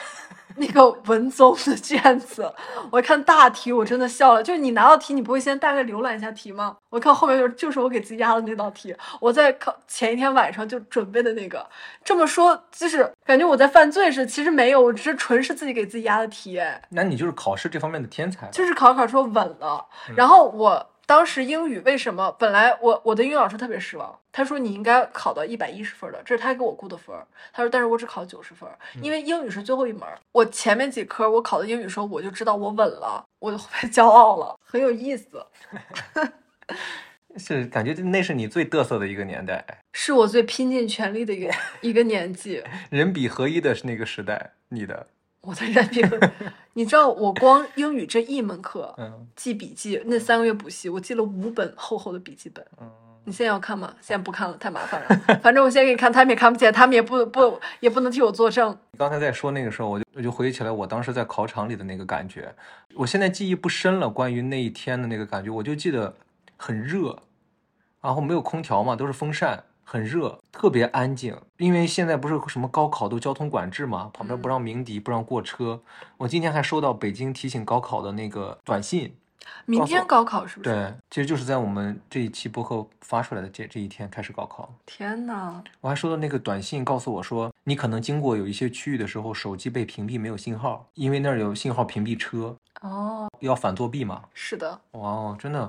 [SPEAKER 2] 那个文综的卷子，我看大题我真的笑了。就是你拿到题，你不会先大概浏览一下题吗？我看后面就是就是我给自己压的那道题，我在考前一天晚上就准备的那个。这么说就是感觉我在犯罪似的，其实没有，我只是纯是自己给自己压的题，哎，
[SPEAKER 1] 那你就是考试这方面的天才了。
[SPEAKER 2] 就是考着考着说稳了。然后我当时英语为什么本来我我的英语老师特别失望，他说你应该考到一百一十分的，这是他给我估的分儿。他说但是我只考九十分儿，因为英语是最后一门儿。我前面几科我考的英语时候我就知道我稳了，我就会 骄傲了，很有意思，
[SPEAKER 1] 是感觉那是你最嘚瑟的一个年代，
[SPEAKER 2] 是我最拼尽全力的一个一个年纪。
[SPEAKER 1] 人比合一的是那个时代，你的，
[SPEAKER 2] 我的人品，你知道我光英语这一门课
[SPEAKER 1] 嗯
[SPEAKER 2] 记笔记，那三个月补习，我记了五本厚厚的笔记本。
[SPEAKER 1] 嗯
[SPEAKER 2] 你现在要看吗？现在不看了，太麻烦了。 反正我现在给你看，他们也看不见，他们也不不也不能替我作证。
[SPEAKER 1] 你刚才在说那个时候，我就我就回忆起来我当时在考场里的那个感觉，我现在记忆不深了，关于那一天的那个感觉，我就记得很热，然后没有空调嘛，都是风扇，很热，特别安静。因为现在不是什么高考都交通管制嘛，旁边不让鸣笛，不让过车。我今天还收到北京提醒高考的那个短信，
[SPEAKER 2] 明天高考是不是？
[SPEAKER 1] 对，其实就是在我们这一期播客发出来的这这一天开始高考。
[SPEAKER 2] 天哪！
[SPEAKER 1] 我还收到那个短信告诉我说，你可能经过有一些区域的时候，手机被屏蔽没有信号，因为那儿有信号屏蔽车，
[SPEAKER 2] 哦，
[SPEAKER 1] 要反作弊嘛。
[SPEAKER 2] 是的，
[SPEAKER 1] 哇哦，真的，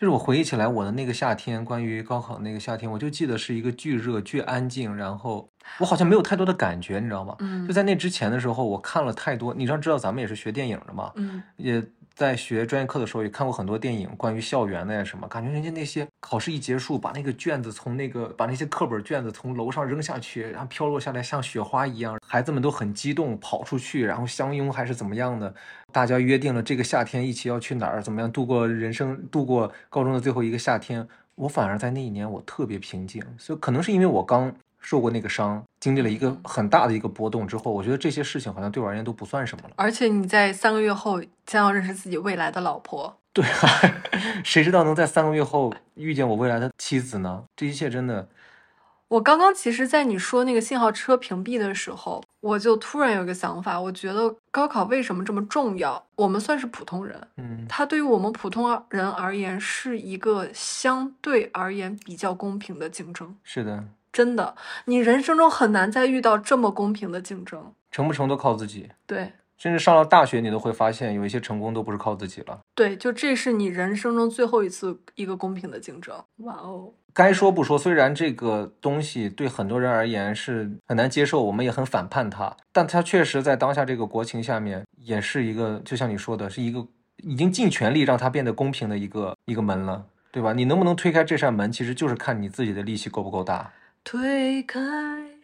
[SPEAKER 1] 就是我回忆起来我的那个夏天，关于高考那个夏天，我就记得是一个巨热、巨安静，然后我好像没有太多的感觉，你知道吗？
[SPEAKER 2] 嗯
[SPEAKER 1] 就在那之前的时候，我看了太多，你知道知道咱们也是学电影的嘛，
[SPEAKER 2] 嗯，
[SPEAKER 1] 也在学专业课的时候，也看过很多电影关于校园的呀什么，感觉人家那些考试一结束，把那个卷子从那个把那些课本卷子从楼上扔下去，然后飘落下来像雪花一样，孩子们都很激动，跑出去，然后相拥还是怎么样的，大家约定了这个夏天一起要去哪儿，怎么样度过人生，度过高中的最后一个夏天。我反而在那一年我特别平静，所以可能是因为我刚受过那个伤，经历了一个很大的一个波动之后，我觉得这些事情好像对我而言都不算什么了。
[SPEAKER 2] 而且你在三个月后将要认识自己未来的老婆，
[SPEAKER 1] 对啊，谁知道能在三个月后遇见我未来的妻子呢？这一切真的，
[SPEAKER 2] 我刚刚其实，在你说那个信号车屏蔽的时候，我就突然有一个想法，我觉得高考为什么这么重要？我们算是普通人，
[SPEAKER 1] 嗯，
[SPEAKER 2] 它对于我们普通人而言是一个相对而言比较公平的竞争。
[SPEAKER 1] 是的，
[SPEAKER 2] 真的，你人生中很难再遇到这么公平的竞争。
[SPEAKER 1] 成不成都靠自己。
[SPEAKER 2] 对
[SPEAKER 1] 甚至上了大学，你都会发现有一些成功都不是靠自己了。
[SPEAKER 2] 对，就这是你人生中最后一次一个公平的竞争。哇哦，
[SPEAKER 1] 该说不说，虽然这个东西对很多人而言是很难接受，我们也很反叛它，但它确实在当下这个国情下面，也是一个就像你说的，是一个已经尽全力让它变得公平的一个一个门了，对吧？你能不能推开这扇门，其实就是看你自己的力气够不够大。
[SPEAKER 2] 推开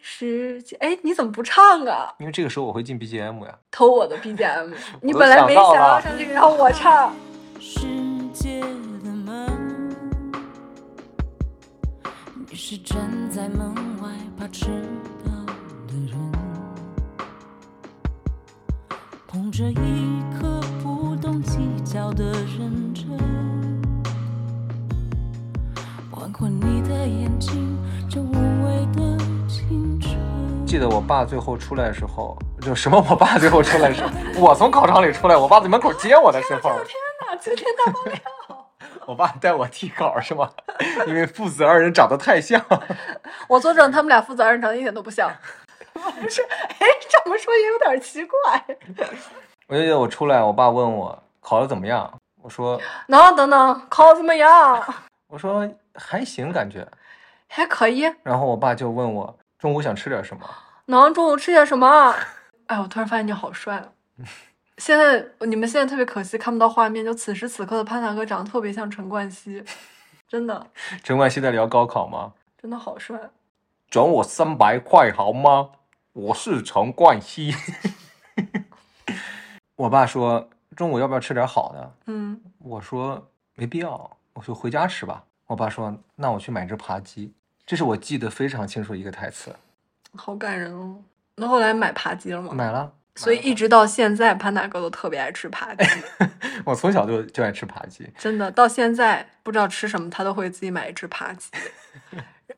[SPEAKER 2] 世界，哎，你怎么不唱啊？
[SPEAKER 1] 因为这个时候我会进 BGM 呀，
[SPEAKER 2] 偷我的 BGM，你
[SPEAKER 1] 我都
[SPEAKER 2] 本来没
[SPEAKER 1] 想到
[SPEAKER 2] 想要
[SPEAKER 1] 了
[SPEAKER 2] 上这个，然后我唱。
[SPEAKER 3] 世界的门，你是站在门外怕迟到的人，捧着一颗不懂计较的认真，环过你的眼睛，这无畏的青春。
[SPEAKER 1] 记得我爸最后出来的时候，就什么我爸最后出来的时候，我从考场里出来，我爸在门口接我的时候，
[SPEAKER 2] 啊，惊天大爆料！
[SPEAKER 1] 我爸带我替考是吗？ 因为父子二人长得太像。
[SPEAKER 2] 我作证，他们俩负责任长得一点都不像。 不是，哎，这么说也有点奇怪。
[SPEAKER 1] 我就记得我出来，我爸问我考的怎么样，我说
[SPEAKER 2] 能等等，考怎么样？
[SPEAKER 1] 我说还行感觉，
[SPEAKER 2] 还可以。
[SPEAKER 1] 然后我爸就问我中午想吃点什么，
[SPEAKER 2] 能中午吃点什么？ 哎，我突然发现你好帅啊！现在你们现在特别可惜看不到画面，就此时此刻的潘大哥长得特别像陈冠希，真的
[SPEAKER 1] 陈冠希在聊高考吗？
[SPEAKER 2] 真的好帅。
[SPEAKER 1] 转我三百块好吗？我是陈冠希。 我爸说中午要不要吃点好的？
[SPEAKER 2] 嗯，
[SPEAKER 1] 我说没必要，我就回家吃吧。我爸说那我去买只扒鸡，这是我记得非常清楚的一个台词。
[SPEAKER 2] 好感人哦。那后来买扒鸡了吗？
[SPEAKER 1] 买了，
[SPEAKER 2] 所以一直到现在，潘大哥都特别爱吃 扒鸡，
[SPEAKER 1] 我从小就就爱吃扒鸡。
[SPEAKER 2] 真的到现在不知道吃什么，他都会自己买一只扒鸡，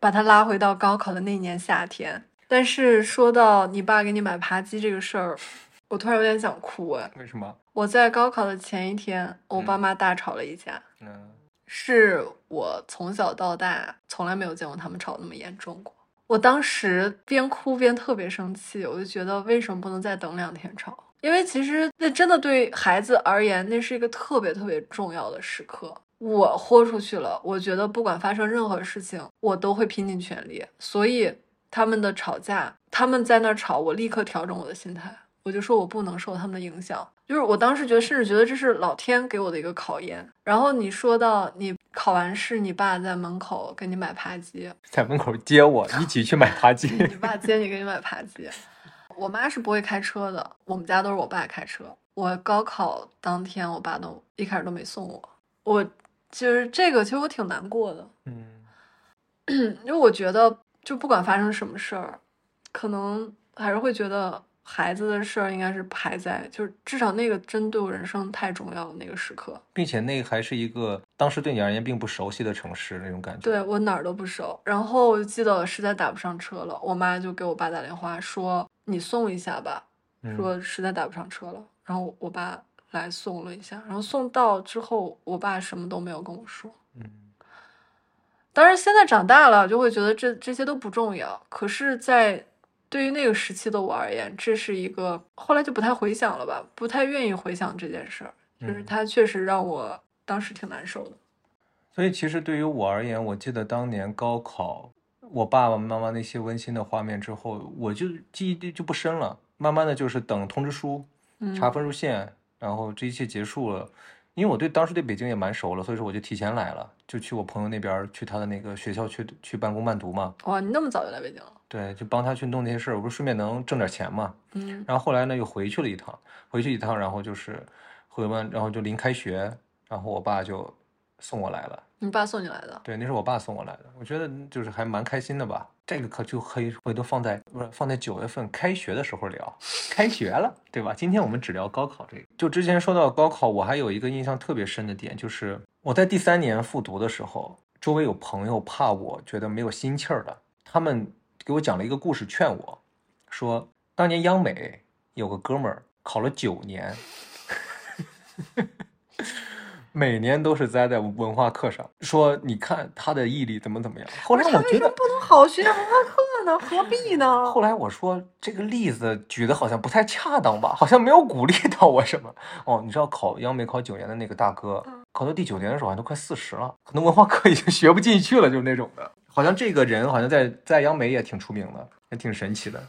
[SPEAKER 2] 把他拉回到高考的那年夏天。但是说到你爸给你买扒鸡这个事儿，我突然有点想哭哎。
[SPEAKER 1] 为什么？
[SPEAKER 2] 我在高考的前一天，我爸
[SPEAKER 1] 嗯
[SPEAKER 2] 妈大吵了一架，
[SPEAKER 1] 嗯，
[SPEAKER 2] 是我从小到大从来没有见过他们吵那么严重过。我当时边哭边特别生气，我就觉得为什么不能再等两天吵？因为其实那真的对孩子而言，那是一个特别特别重要的时刻。我豁出去了，我觉得不管发生任何事情，我都会拼尽全力。所以他们的吵架，他们在那儿吵，我立刻调整我的心态，我就说我不能受他们的影响。就是我当时觉得，甚至觉得这是老天给我的一个考验。然后你说到你考完试，你爸在门口给你买扒鸡，
[SPEAKER 1] 在门口接我，一起去买扒鸡。
[SPEAKER 2] 你爸接你给你买扒鸡。我妈是不会开车的，我们家都是我爸开车。我高考当天，我爸都一开始都没送我，我就是这个，其实我挺难过的。嗯
[SPEAKER 1] 嗯，
[SPEAKER 2] 因为我觉得，就不管发生什么事儿，可能还是会觉得孩子的事儿应该是排在，就是至少那个真对我人生太重要的那个时刻。
[SPEAKER 1] 并且那还是一个当时对你而言并不熟悉的城市，那种感觉。
[SPEAKER 2] 对，我哪儿都不熟，然后我就记得我实在打不上车了，我妈就给我爸打电话说：“你送一下吧。”
[SPEAKER 1] 嗯
[SPEAKER 2] 说实在打不上车了，然后我爸来送了一下，然后送到之后，我爸什么都没有跟我说。
[SPEAKER 1] 嗯，
[SPEAKER 2] 当然，现在长大了就会觉得这这些都不重要。可是，在对于那个时期的我而言，这是一个后来就不太回想了吧，不太愿意回想这件事儿，就是
[SPEAKER 1] 嗯
[SPEAKER 2] 它确实让我当时挺难受的。
[SPEAKER 1] 所以其实对于我而言，我记得当年高考，我爸爸妈妈那些温馨的画面之后，我就记忆力就不深了。慢慢的就是等通知书、查
[SPEAKER 2] 嗯，
[SPEAKER 1] 分数线，然然后这一切结束了，因为我对当时对北京也蛮熟了，所以说我就提前来了，就去我朋友那边儿去他的那个学校去去半工半读嘛，
[SPEAKER 2] 哇，你那么早就来北京了？
[SPEAKER 1] 对，就帮他去弄那些事儿，我不是顺便能挣点钱嘛。
[SPEAKER 2] 嗯，
[SPEAKER 1] 然后后来呢，又回去了一趟，回去一趟，然后就是回完，然后就临开学，然后我爸就送我来了。
[SPEAKER 2] 你爸送你来的？
[SPEAKER 1] 对，那是我爸送我来的，我觉得就是还蛮开心的吧。这个可就可以回头放在不是放在九月份开学的时候聊，开学了，对吧？今天我们只聊高考这个。就之前说到高考，我还有一个印象特别深的点，就是我在第三年复读的时候，周围有朋友怕我觉得没有心气儿了，他们给我讲了一个故事，劝我说，当年央美有个哥们儿考了九年， 每年都是栽在文化课上，说你看他的毅力怎么怎么样。后来
[SPEAKER 2] 他
[SPEAKER 1] 我
[SPEAKER 2] 为
[SPEAKER 1] 觉
[SPEAKER 2] 什么
[SPEAKER 1] 得，
[SPEAKER 2] 不能好学文化课呢？何必呢？
[SPEAKER 1] 后来我说这个例子举的好像不太恰当吧，好像没有鼓励到我什么。哦，你知道考央美考九年的那个大哥，考到第九年的时候好像都快四十了，可能文化课已经学不进去了，就是那种的。好像这个人好像在在央美也挺出名的，也挺神奇的。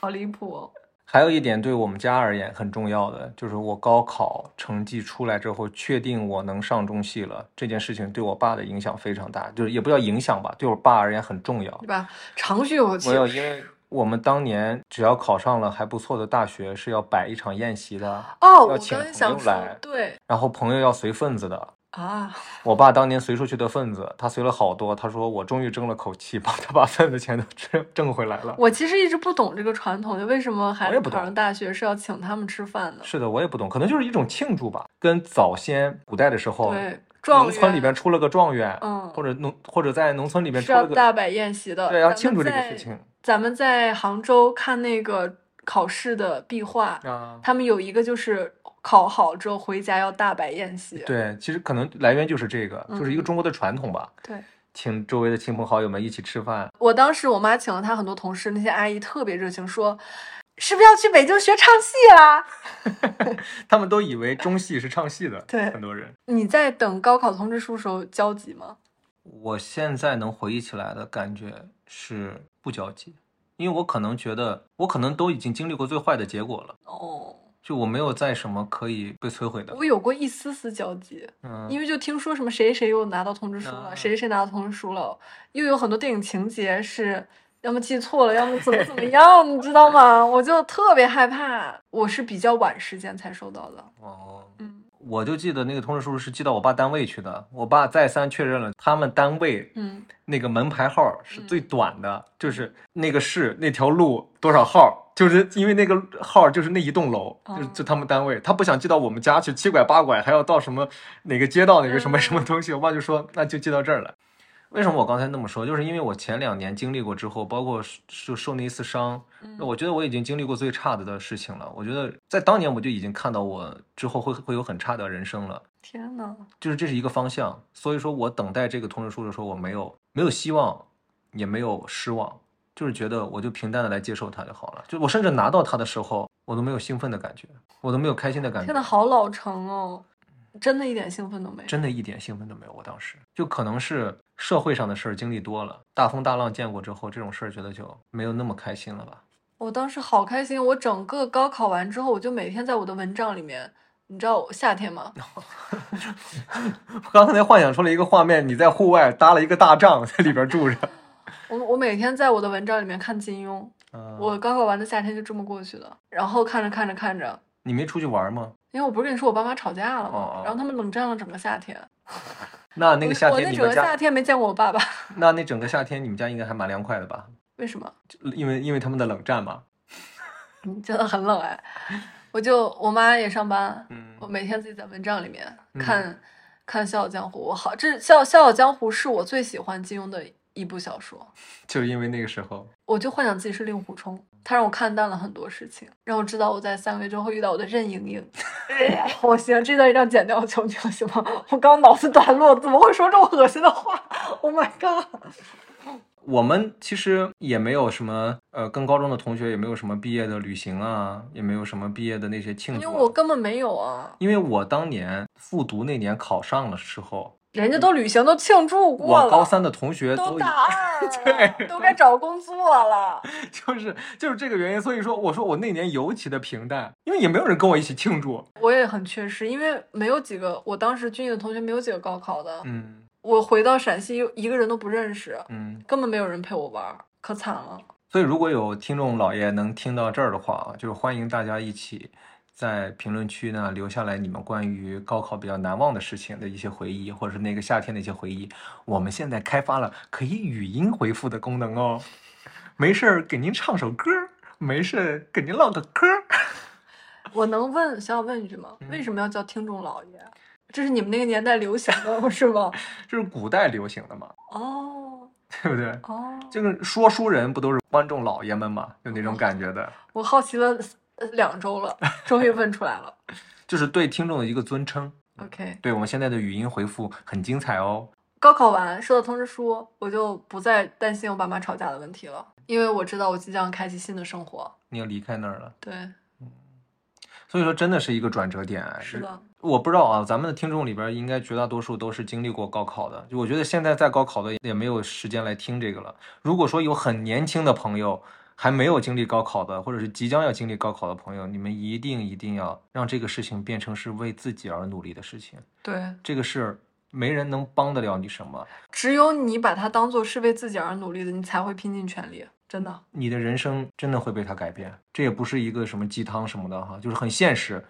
[SPEAKER 2] 好离谱、哦！
[SPEAKER 1] 还有一点对我们家而言很重要的，就是我高考成绩出来之后，确定我能上中戏了这件事情，对我爸的影响非常大，就是也不叫影响吧，对我爸而言很重要
[SPEAKER 2] 你。把长吁我 去
[SPEAKER 1] 没。有，因为我们当年只要考上了还不错的大学，是要摆一场宴席的，
[SPEAKER 2] 哦，我
[SPEAKER 1] 要
[SPEAKER 2] 刚
[SPEAKER 1] 请
[SPEAKER 2] 才
[SPEAKER 1] 朋
[SPEAKER 2] 想
[SPEAKER 1] 友
[SPEAKER 2] 说
[SPEAKER 1] 来，，
[SPEAKER 2] 对
[SPEAKER 1] 然后朋友要随份子的。
[SPEAKER 2] 啊，
[SPEAKER 1] 我爸当年随出去的份子，他随了好多，他说我终于争了口气，帮他把份子钱都挣挣回来了。
[SPEAKER 2] 我其实一直不懂这个传统，就为什么孩
[SPEAKER 1] 我
[SPEAKER 2] 子
[SPEAKER 1] 也不
[SPEAKER 2] 考
[SPEAKER 1] 懂
[SPEAKER 2] 上大学是要请他们吃饭呢？
[SPEAKER 1] 是的，我也不懂，可能就是一种庆祝吧，跟早先古代的时候，
[SPEAKER 2] 对，状
[SPEAKER 1] 哦农村里边
[SPEAKER 2] 元
[SPEAKER 1] 出了个状元，
[SPEAKER 2] 嗯
[SPEAKER 1] 或者农或者在农村里边
[SPEAKER 2] 是
[SPEAKER 1] 出
[SPEAKER 2] 要
[SPEAKER 1] 了个，
[SPEAKER 2] 大摆宴席的，
[SPEAKER 1] 对，要
[SPEAKER 2] 咱
[SPEAKER 1] 庆
[SPEAKER 2] 们
[SPEAKER 1] 祝这个
[SPEAKER 2] 在
[SPEAKER 1] 事情
[SPEAKER 2] 咱们在杭州看那个考试的壁画，
[SPEAKER 1] 啊。
[SPEAKER 2] 他们有一个就是考好之后回家要大摆宴席。
[SPEAKER 1] 对，其实可能来源就是这个，就是一个
[SPEAKER 2] 嗯
[SPEAKER 1] 中国的传统吧，
[SPEAKER 2] 对
[SPEAKER 1] 请周围的亲朋好友们一起吃饭。
[SPEAKER 2] 我当时我妈请了她很多同事，那些阿姨特别热情，说是不是要去北京学唱戏啊啦？
[SPEAKER 1] 他们都以为中戏是唱戏的，
[SPEAKER 2] 对
[SPEAKER 1] 很多人。
[SPEAKER 2] 你在等高考通知书时候焦急吗？
[SPEAKER 1] 我现在能回忆起来的感觉是不焦急，因为我可能觉得我可能都已经经历过最坏的结果了，
[SPEAKER 2] 哦，
[SPEAKER 1] 就我没有在什么可以被摧毁的。
[SPEAKER 2] 我有过一丝丝焦急，
[SPEAKER 1] 嗯，
[SPEAKER 2] 因为就听说什么谁谁又拿到通知书了，
[SPEAKER 1] 啊
[SPEAKER 2] 谁谁拿到通知书了，又有很多电影情节是要么记错了，要么怎么怎 么样，你知道吗？我就特别害怕。我是比较晚时间才收到的，
[SPEAKER 1] 哦，
[SPEAKER 2] 嗯
[SPEAKER 1] 我就记得那个通知书是寄到我爸单位去的，我爸再三确认了他们单位
[SPEAKER 2] 嗯，
[SPEAKER 1] 那个门牌号是最短的，就是那个市那条路多少号，就是因为那个号就是那一栋楼，
[SPEAKER 2] 哦
[SPEAKER 1] 就是就他们单位，他不想寄到我们家去七拐八拐，还要到什么哪个街道哪个什么
[SPEAKER 2] 嗯
[SPEAKER 1] 什么东西，我爸就说那就寄到这儿来。为什么我刚才那么说？就是因为我前两年经历过之后，包括是就受那一次伤，
[SPEAKER 2] 嗯
[SPEAKER 1] 那我觉得我已经经历过最差的的事情了。我觉得在当年我就已经看到我之后会会有很差的人生了。
[SPEAKER 2] 天呐，
[SPEAKER 1] 就是这是一个方向。所以说我等待这个通知书的时候，我没有没有希望，也没有失望，就是觉得我就平淡的来接受它就好了。就我甚至拿到它的时候，我都没有兴奋的感觉，我都没有开心的感
[SPEAKER 2] 天
[SPEAKER 1] 觉
[SPEAKER 2] 呐，，好老成哦，真的一点兴奋都没有。
[SPEAKER 1] 真的一点兴奋都没有。我当时就可能是社会上的事儿经历多了，大风大浪见过之后，这种事儿觉得就没有那么开心了吧。
[SPEAKER 2] 我当时好开心，我整个高考完之后，我就每天在我的蚊帐里面，你知道我夏天吗？
[SPEAKER 1] 我刚才幻想出了一个画面，你在户外搭了一个大帐，在里边住着。
[SPEAKER 2] 我我每天在我的蚊帐里面看金庸，
[SPEAKER 1] 嗯，
[SPEAKER 2] 我高考完的夏天就这么过去的。然后看着看着看着，
[SPEAKER 1] 你没出去玩吗？
[SPEAKER 2] 因为我不是跟你说我爸妈吵架了
[SPEAKER 1] 哦
[SPEAKER 2] 吗
[SPEAKER 1] 哦？
[SPEAKER 2] 然后他们冷战了整个夏天。
[SPEAKER 1] 那那个夏
[SPEAKER 2] 我
[SPEAKER 1] 天
[SPEAKER 2] 那
[SPEAKER 1] 你
[SPEAKER 2] 整
[SPEAKER 1] 们
[SPEAKER 2] 个夏
[SPEAKER 1] 家，
[SPEAKER 2] 天没见过我爸爸，
[SPEAKER 1] 那那整个夏天你们家应该还蛮凉快的吧？
[SPEAKER 2] 为什么？
[SPEAKER 1] 因为因为他们的冷战嘛。
[SPEAKER 2] 你真的很冷哎。我就我妈也上班，
[SPEAKER 1] 嗯
[SPEAKER 2] 我每天自己在蚊帐里面
[SPEAKER 1] 嗯
[SPEAKER 2] 看、看《笑傲江湖》，我好，这《笑笑傲江湖》是我最喜欢金庸的一部小说。
[SPEAKER 1] 就是因为那个时候，
[SPEAKER 2] 我就幻想自己是令狐冲，他让我看淡了很多事情，让我知道我在三个月之后会遇到我的任盈盈。哎我行，这段一定要剪掉，我求你了，行吗？我刚脑子短路，怎么会说这么恶心的话？Oh my god！
[SPEAKER 1] 我们其实也没有什么，呃，跟高中的同学也没有什么毕业的旅行啊，也没有什么毕业的那些庆
[SPEAKER 2] 因为
[SPEAKER 1] 祝啊。
[SPEAKER 2] 我根本没有啊，
[SPEAKER 1] 因为我当年复读那年考上了之后，
[SPEAKER 2] 人家都旅行都庆祝过
[SPEAKER 1] 嗯我
[SPEAKER 2] 了，
[SPEAKER 1] 高三的同学
[SPEAKER 2] 都
[SPEAKER 1] 都已
[SPEAKER 2] 大二了，都该找工作了。
[SPEAKER 1] 就是就是这个原因，所以说我说我那年尤其的平淡，因为也没有人跟我一起庆祝。
[SPEAKER 2] 我也很缺失，因为没有几个我当时军艺的同学没有几个高考的，
[SPEAKER 1] 嗯
[SPEAKER 2] 我回到陕西一个人都不认识，
[SPEAKER 1] 嗯，
[SPEAKER 2] 根本没有人陪我玩儿，可惨了。
[SPEAKER 1] 所以如果有听众老爷能听到这儿的话啊，就是欢迎大家一起在评论区呢留下来你们关于高考比较难忘的事情的一些回忆，或者是那个夏天的一些回忆。我们现在开发了可以语音回复的功能哦，没事儿给您唱首歌儿，没事儿给您唠个嗑儿。
[SPEAKER 2] 我能问小小问一句吗？
[SPEAKER 1] 嗯
[SPEAKER 2] 为什么要叫听众老爷？这是你们那个年代流行的 是吗？
[SPEAKER 1] 这是古代流行的嘛，
[SPEAKER 2] 哦
[SPEAKER 1] 对不对？
[SPEAKER 2] 哦，
[SPEAKER 1] 就是说书人不都是观众老爷们嘛，就那种感觉的，
[SPEAKER 2] 我好奇了呃两周了，终于问出来 了。
[SPEAKER 1] 就是对听众的一个尊称。
[SPEAKER 2] OK，
[SPEAKER 1] 对我们现在的语音回复很精彩哦。
[SPEAKER 2] 高考完收到通知书，我就不再担心我爸妈吵架的问题了，因为我知道我即将开启新的生活。
[SPEAKER 1] 你要离开那儿了，
[SPEAKER 2] 对，
[SPEAKER 1] 所以说真的是一个转折点。啊
[SPEAKER 2] 是的，
[SPEAKER 1] 我不知道啊，咱们的听众里边应该绝大多数都是经历过高考的。就我觉得现在在高考的也没有时间来听这个了。如果说有很年轻的朋友还没有经历高考的，或者是即将要经历高考的朋友，你们一定一定要让这个事情变成是为自己而努力的事情。
[SPEAKER 2] 对，
[SPEAKER 1] 这个事儿没人能帮得了你什么。
[SPEAKER 2] 只有你把它当做是为自己而努力的，你才会拼尽全力，真的。
[SPEAKER 1] 你的人生真的会被它改变。这也不是一个什么鸡汤什么的哈，就是很现实，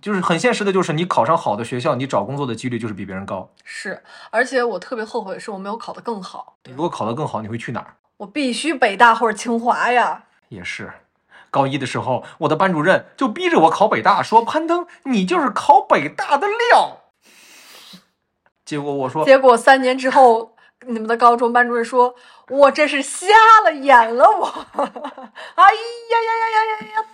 [SPEAKER 1] 就是很现实的，就是你考上好的学校，你找工作的几率就是比别人高。
[SPEAKER 2] 是，而且我特别后悔，是我没有考得更好。
[SPEAKER 1] 你如果考得更好，你会去哪儿？
[SPEAKER 2] 我必须北大或者清华呀！
[SPEAKER 1] 也是，高一的时候，我的班主任就逼着我考北大，说攀登，你就是考北大的料。结果我说，
[SPEAKER 2] 结果三年之后，你们的高中班主任说我这是瞎了眼了我， 哎呀呀呀呀呀呀！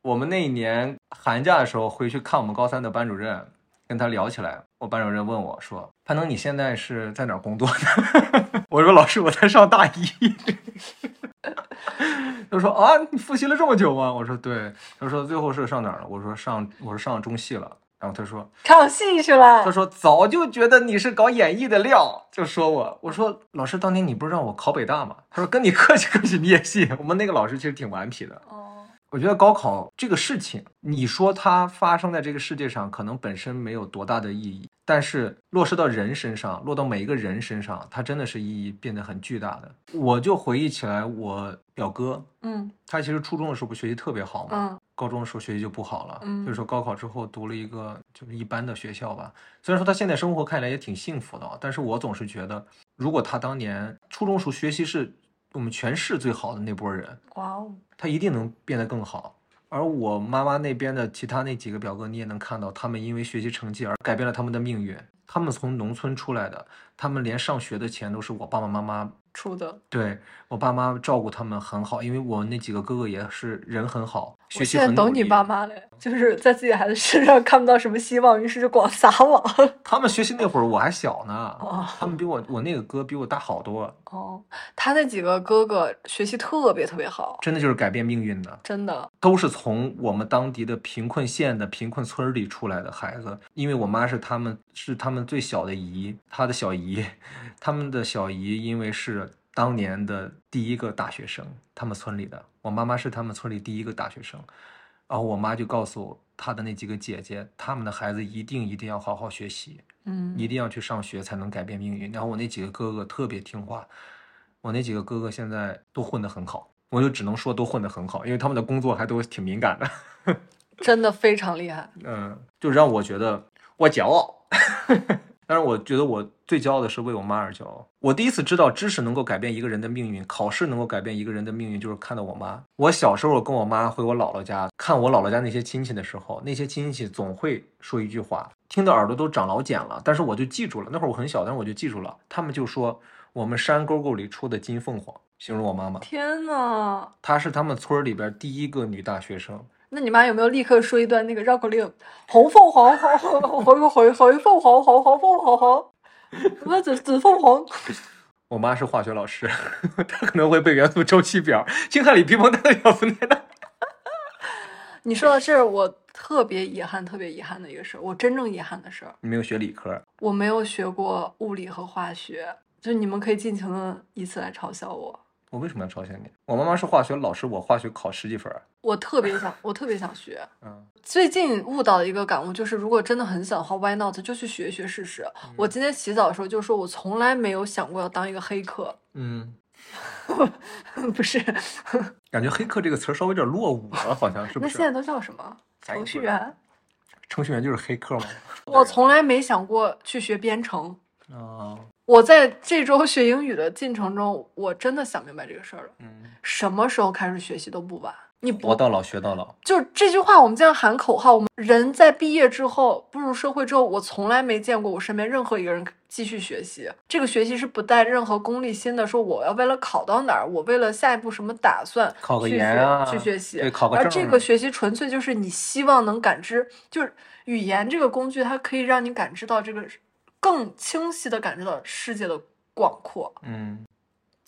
[SPEAKER 1] 我们那一年寒假的时候回去看我们高三的班主任，跟他聊起来。我班主任问我说：“潘登，你现在是在哪儿工作呢？” 我说：“老师，我在上大一。” 他说：“啊，你复习了这么久吗？”我说：“对。”他说：“最后是上哪儿了？”我说：“上，我说上中戏了。”然后他说：“
[SPEAKER 2] 看戏去了
[SPEAKER 1] 他。说早就觉得你是搞演艺的料，就说我。我说老师，当年你不是让我考北大吗？他说跟你客气客 气，你也信。我们那个老师其实挺顽皮的。
[SPEAKER 2] 哦，
[SPEAKER 1] 我觉得高考这个事情，你说它发生在这个世界上，可能本身没有多大的意义，但是落实到人身上，落到每一个人身上，它真的是意义变得很巨大的。我就回忆起来，我表哥
[SPEAKER 2] 嗯
[SPEAKER 1] 他其实初中的时候不学习特别好嘛，
[SPEAKER 2] 嗯
[SPEAKER 1] 高中的时候学习就不好了，
[SPEAKER 2] 嗯
[SPEAKER 1] 所以说高考之后读了一个就是一般的学校吧。虽然说他现在生活看起来也挺幸福的啊，但是我总是觉得，如果他当年初中时候学习是我们全市最好的那波人，
[SPEAKER 2] 哇哦，
[SPEAKER 1] 他一定能变得更好。而我妈妈那边的其他那几个表哥，你也能看到，他们因为学习成绩而改变了他们的命运。他们从农村出来的，他们连上学的钱都是我爸爸妈妈
[SPEAKER 2] 出的。
[SPEAKER 1] 对我爸妈照顾他们很好，因为我那几个哥哥也是人很好，学
[SPEAKER 2] 我
[SPEAKER 1] 习
[SPEAKER 2] 现在
[SPEAKER 1] 很努
[SPEAKER 2] 懂你
[SPEAKER 1] 力
[SPEAKER 2] 爸妈嘞，就是在自己孩子身上看不到什么希望，于是就光撒网。
[SPEAKER 1] 他们学习那会儿我还小呢，
[SPEAKER 2] 哦
[SPEAKER 1] 他们比我我那个哥比我大好多，
[SPEAKER 2] 哦，他那几个哥哥学习特别特别好，
[SPEAKER 1] 真的就是改变命运的，
[SPEAKER 2] 真的。
[SPEAKER 1] 都是从我们当地的贫困县的贫困村儿里出来的孩子。因为我妈是他们是他们最小的姨，她的小姨， 他们的小姨因为是当年的第一个大学生，他们村里的，我妈妈是他们村里第一个大学生，然后我妈就告诉她的那几个姐姐，他们的孩子一定一定要好好学习，
[SPEAKER 2] 嗯，
[SPEAKER 1] 一定要去上学才能改变命运。然后我那几个哥哥特别听话，我那几个哥哥现在都混得很好，我就只能说都混得很好，因为他们的工作还都挺敏感的。
[SPEAKER 2] 真的非常厉害。
[SPEAKER 1] 嗯，就让我觉得我骄傲。 但是我觉得我最骄傲的是为我妈而骄傲。我第一次知道知识能够改变一个人的命运，考试能够改变一个人的命运，就是看到我妈。我小时候跟我妈回我姥姥家看我姥姥家那些亲戚的时候，那些亲戚总会说一句话，听得耳朵都长老茧了，但是我就记住了。那会儿我很小，但是我就记住了。他们就说我们山沟沟里出的金凤凰，形容我妈妈，
[SPEAKER 2] 天呐，
[SPEAKER 1] 她是他们村儿里边第一个女大学生。
[SPEAKER 2] 那你妈有没有立刻说一段那个绕口令？红凤凰，红红红红红红凤凰，红红凤凰红，什么紫紫凤凰？
[SPEAKER 1] 我妈是化学老师， 她可能会背元素周期表、氢氦锂铍硼氮的元素那的。
[SPEAKER 2] 你说到这儿，我特别遗憾、特别遗憾的一个事儿，我真正遗憾的事儿，
[SPEAKER 1] 你没有学理科，
[SPEAKER 2] 我没有学过物理和化学。就你们可以尽情的以此来嘲笑我，
[SPEAKER 1] 我为什么要嘲笑你？我妈妈是化学老师，我化学考十几分儿。
[SPEAKER 2] 我特别想，我特别想学。
[SPEAKER 1] 嗯，
[SPEAKER 2] 最近悟到一个感悟，就是如果真的很想的话，Why not 就去学一学试试。我今天洗澡的时候就说，我从来没有想过要当一个黑客，
[SPEAKER 1] 嗯，
[SPEAKER 2] 不是？
[SPEAKER 1] 感觉“黑客”这个词儿稍微有点落伍了，好像是不
[SPEAKER 2] 那
[SPEAKER 1] 是？
[SPEAKER 2] 现在都叫什么？
[SPEAKER 1] 咱也
[SPEAKER 2] 程
[SPEAKER 1] 不
[SPEAKER 2] 序
[SPEAKER 1] 知道
[SPEAKER 2] 员？
[SPEAKER 1] 程序员就是黑客吗？
[SPEAKER 2] 我从来没想过去学编程。
[SPEAKER 1] 啊，
[SPEAKER 2] 我在这周学英语的进程中，我真的想明白这个事儿了。
[SPEAKER 1] 嗯，
[SPEAKER 2] 什么时候开始学习都不晚。你不
[SPEAKER 1] 活到老学到老。
[SPEAKER 2] 就这句话，我们经常喊口号。我们人在毕业之后，步入社会之后，我从来没见过我身边任何一个人继续学习。这个学习是不带任何功利心的，说我要为了考到哪儿，我为了下一步什么打算，
[SPEAKER 1] 考个
[SPEAKER 2] 去学
[SPEAKER 1] 研啊
[SPEAKER 2] 去学习。
[SPEAKER 1] 对考个
[SPEAKER 2] 而
[SPEAKER 1] 证啊
[SPEAKER 2] 这
[SPEAKER 1] 儿
[SPEAKER 2] 个学习纯粹就是你希望能感知，就是语言这个工具，它可以让你感知到这个更清晰的感知到世界的广阔。
[SPEAKER 1] 嗯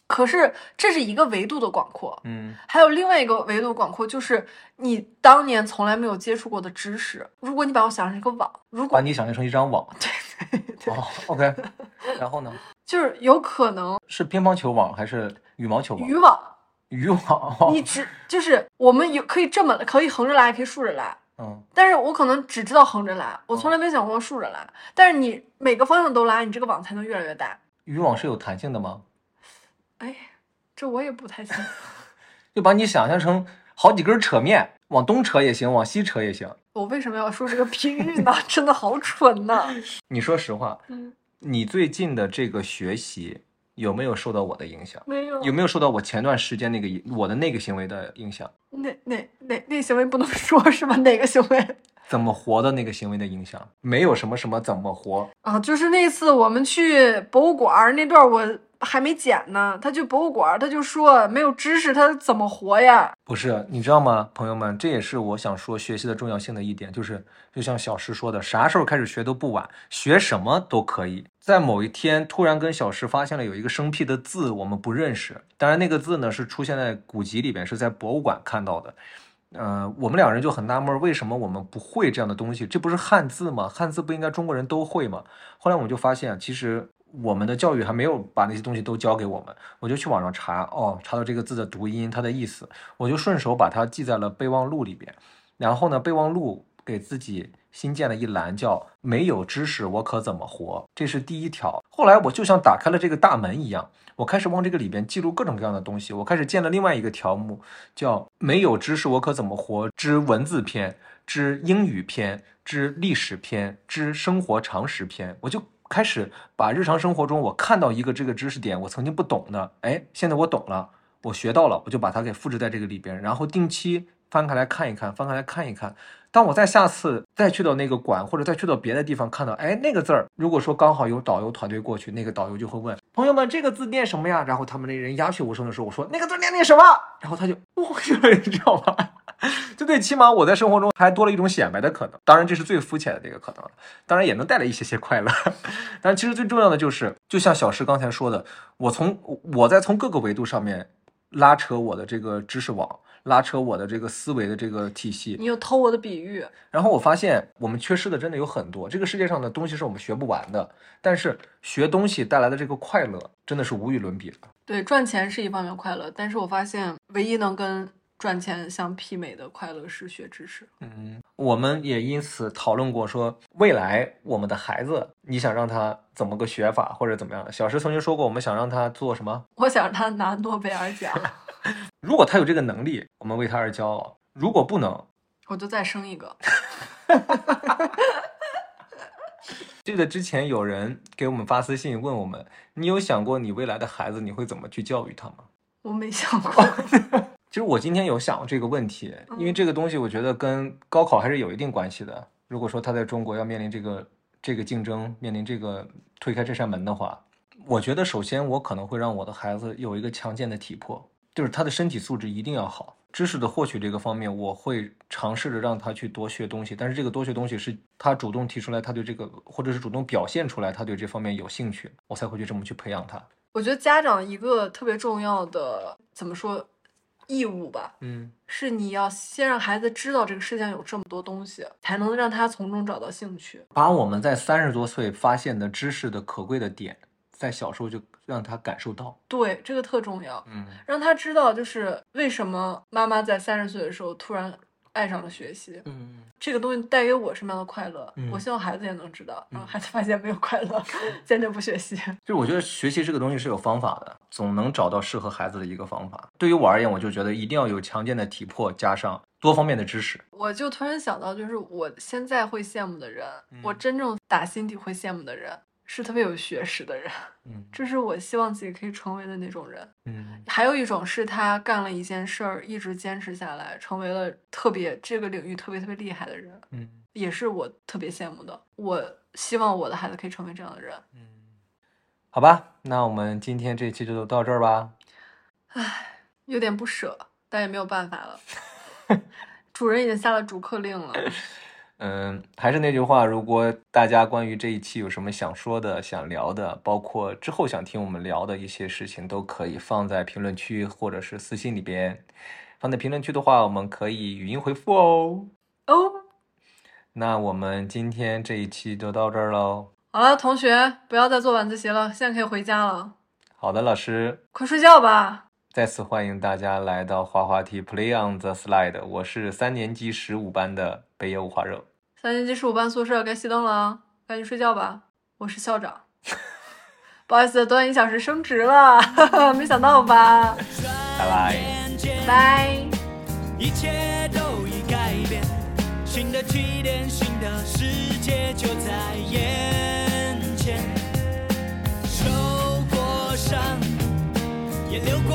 [SPEAKER 2] 可是这是一个维度的广阔，
[SPEAKER 1] 嗯
[SPEAKER 2] 还有另外一个维度广阔，就是你当年从来没有接触过的知识。如果你把我想成一个网，如
[SPEAKER 1] 把
[SPEAKER 2] 果
[SPEAKER 1] 你想象成一张网。 哦，OK。然后呢？
[SPEAKER 2] 就是有可能
[SPEAKER 1] 是乒乓球网还是羽毛球网
[SPEAKER 2] 渔？网，
[SPEAKER 1] 渔网。哦
[SPEAKER 2] 你只就是我们有可以这么可以横着拉，也可以竖着拉。
[SPEAKER 1] 嗯
[SPEAKER 2] 但是我可能只知道横着拉，我从来没想过竖着拉。但是你每个方向都拉，你这个网才能越来越大。
[SPEAKER 1] 渔网是有弹性的吗？
[SPEAKER 2] 哎，这我也不太清楚，
[SPEAKER 1] 就把你想象成好几根扯面，往东扯也行，往西扯也行。
[SPEAKER 2] 我为什么要说这个拼音呢？ 真的好蠢呐、
[SPEAKER 1] 你说实话，
[SPEAKER 2] 嗯，
[SPEAKER 1] 你最近的这个学习有没有受到我的影响？
[SPEAKER 2] 没有，
[SPEAKER 1] 有没有受到我前段时间那个影我的那个行为的影响？
[SPEAKER 2] 哪哪哪那行为不能说是吧？哪个行为？
[SPEAKER 1] 怎么活的那个行为的影响？没有什么什么怎么活，
[SPEAKER 2] 啊，就是那次我们去博物馆儿那段，我还没剪呢。他去博物馆儿，他就说没有知识他怎么活呀？
[SPEAKER 1] 不是你知道吗，朋友们？这也是我想说学习的重要性的一点，就是就像小石说的，啥时候开始学都不晚，学什么都可以。在某一天突然跟小石发现了有一个生僻的字我们不认识，当然那个字呢是出现在古籍里边，是在博物馆看到的。呃，我们两人就很纳闷儿，为什么我们不会这样的东西？这不是汉字吗？汉字不应该中国人都会吗？后来我们就发现，其实我们的教育还没有把那些东西都教给我们。我就去网上查，哦，查到这个字的读音，它的意思，我就顺手把它记在了备忘录里边。然后呢，备忘录给自己新建了一栏，叫“没有知识我可怎么活”，这是第一条。后来我就像打开了这个大门一样，我开始往这个里边记录各种各样的东西。我开始建了另外一个条目，叫“没有知识我可怎么活之文字篇”。之英语篇、之历史篇、之生活常识篇，我就开始把日常生活中我看到一个这个知识点，我曾经不懂的，哎，现在我懂了，我学到了，我就把它给复制在这个里边，然后定期翻开来看一看，翻开来看一看。当我在下次再去到那个馆，或者再去到别的地方看到，哎，那个字儿，如果说刚好有导游团队过去，那个导游就会问朋友们这个字念什么呀？然后他们那人鸦雀无声的时候，我说那个字念那什么？然后他就我去 了，你知道吗？就最起码我在生活中还多了一种显摆的可能，当然这是最肤浅的这个可能了，当然也能带来一些些快乐。 但其实最重要的就是，就像小石刚才说的，我从我在从各个维度上面拉扯我的这个知识网，拉扯我的这个思维的这个体系，
[SPEAKER 2] 你又偷我的比喻，
[SPEAKER 1] 然后我发现我们缺失的真的有很多，这个世界上的东西是我们学不完的，但是学东西带来的这个快乐真的是无与伦比的。
[SPEAKER 2] 对，赚钱是一方面快乐，但是我发现唯一能跟赚钱相媲美的快乐是学知识。
[SPEAKER 1] 嗯，我们也因此讨论过说，未来我们的孩子，你想让他怎么个学法或者怎么样？小石曾经说过，我们想让他做什么？
[SPEAKER 2] 我想让他拿诺贝尔奖，
[SPEAKER 1] 如果他有这个能力，我们为他而骄傲；如果不能，
[SPEAKER 2] 我就再生一个。
[SPEAKER 1] 记得之前有人给我们发私信问我们，你有想过你未来的孩子你会怎么去教育他吗？
[SPEAKER 2] 我没想过，
[SPEAKER 1] 其实我今天有想过这个问题，因为这个东西我觉得跟高考还是有一定关系的。如果说他在中国要面临这个这个竞争，面临这个推开这扇门的话，我觉得首先我可能会让我的孩子有一个强健的体魄，就是他的身体素质一定要好。知识的获取这个方面，我会尝试着让他去多学东西，但是这个多学东西是他主动提出来，他对这个或者是主动表现出来，他对这方面有兴趣，我才会去这么去培养他。
[SPEAKER 2] 我觉得家长一个特别重要的怎么说义务吧，
[SPEAKER 1] 嗯
[SPEAKER 2] 是你要先让孩子知道这个世界上有这么多东西，才能让他从中找到兴趣。
[SPEAKER 1] 把我们在三十多岁发现的知识的可贵的点，在小时候就让他感受到。
[SPEAKER 2] 对，这个特重要，
[SPEAKER 1] 嗯
[SPEAKER 2] 让他知道就是为什么妈妈在三十岁的时候突然爱上了学习，
[SPEAKER 1] 嗯，
[SPEAKER 2] 这个东西带给我什么样的快乐，
[SPEAKER 1] 嗯
[SPEAKER 2] 我希望孩子也能知道。然后
[SPEAKER 1] 嗯
[SPEAKER 2] 孩子发现没有快乐， 坚决不学习。
[SPEAKER 1] 就是我觉得学习这个东西是有方法的，总能找到适合孩子的一个方法。对于我而言，我就觉得一定要有强健的体魄，加上多方面的知识。
[SPEAKER 2] 我就突然想到，就是我现在会羡慕的人，
[SPEAKER 1] 嗯
[SPEAKER 2] 我真正打心底会羡慕的人，是特别有学识的人，
[SPEAKER 1] 嗯
[SPEAKER 2] 这是我希望自己可以成为的那种人。
[SPEAKER 1] 嗯
[SPEAKER 2] 还有一种是他干了一件事儿，一直坚持下来，成为了特别这个领域特别特别厉害的人，
[SPEAKER 1] 嗯
[SPEAKER 2] 也是我特别羡慕的。我希望我的孩子可以成为这样的人。
[SPEAKER 1] 嗯，好吧，那我们今天这期就到这儿吧。
[SPEAKER 2] 有点不舍，但也没有办法了。 主人已经下了逐客令了，
[SPEAKER 1] 嗯，还是那句话，如果大家关于这一期有什么想说的、想聊的，包括之后想听我们聊的一些事情，都可以放在评论区或者是私信里边。放在评论区的话，我们可以语音回复哦。
[SPEAKER 2] 哦，
[SPEAKER 1] 那我们今天这一期就到这儿喽。
[SPEAKER 2] 好了，同学，不要再做晚自习了，现在可以回家了，
[SPEAKER 1] 好的，老师，
[SPEAKER 2] 快睡觉吧。
[SPEAKER 1] 再次欢迎大家来到滑滑梯 Play on the Slide，我是三年级十五班的北野五花肉。
[SPEAKER 2] 三年级十五班宿舍该熄灯了啊，赶紧睡觉吧。我是校长， 不好意思，短短一小时升职了， 没想到吧？
[SPEAKER 1] 拜拜
[SPEAKER 2] 拜
[SPEAKER 3] 拜
[SPEAKER 2] 拜。
[SPEAKER 3] 一切都已改变，新的起点，新的世界就在眼前。受过伤，也流过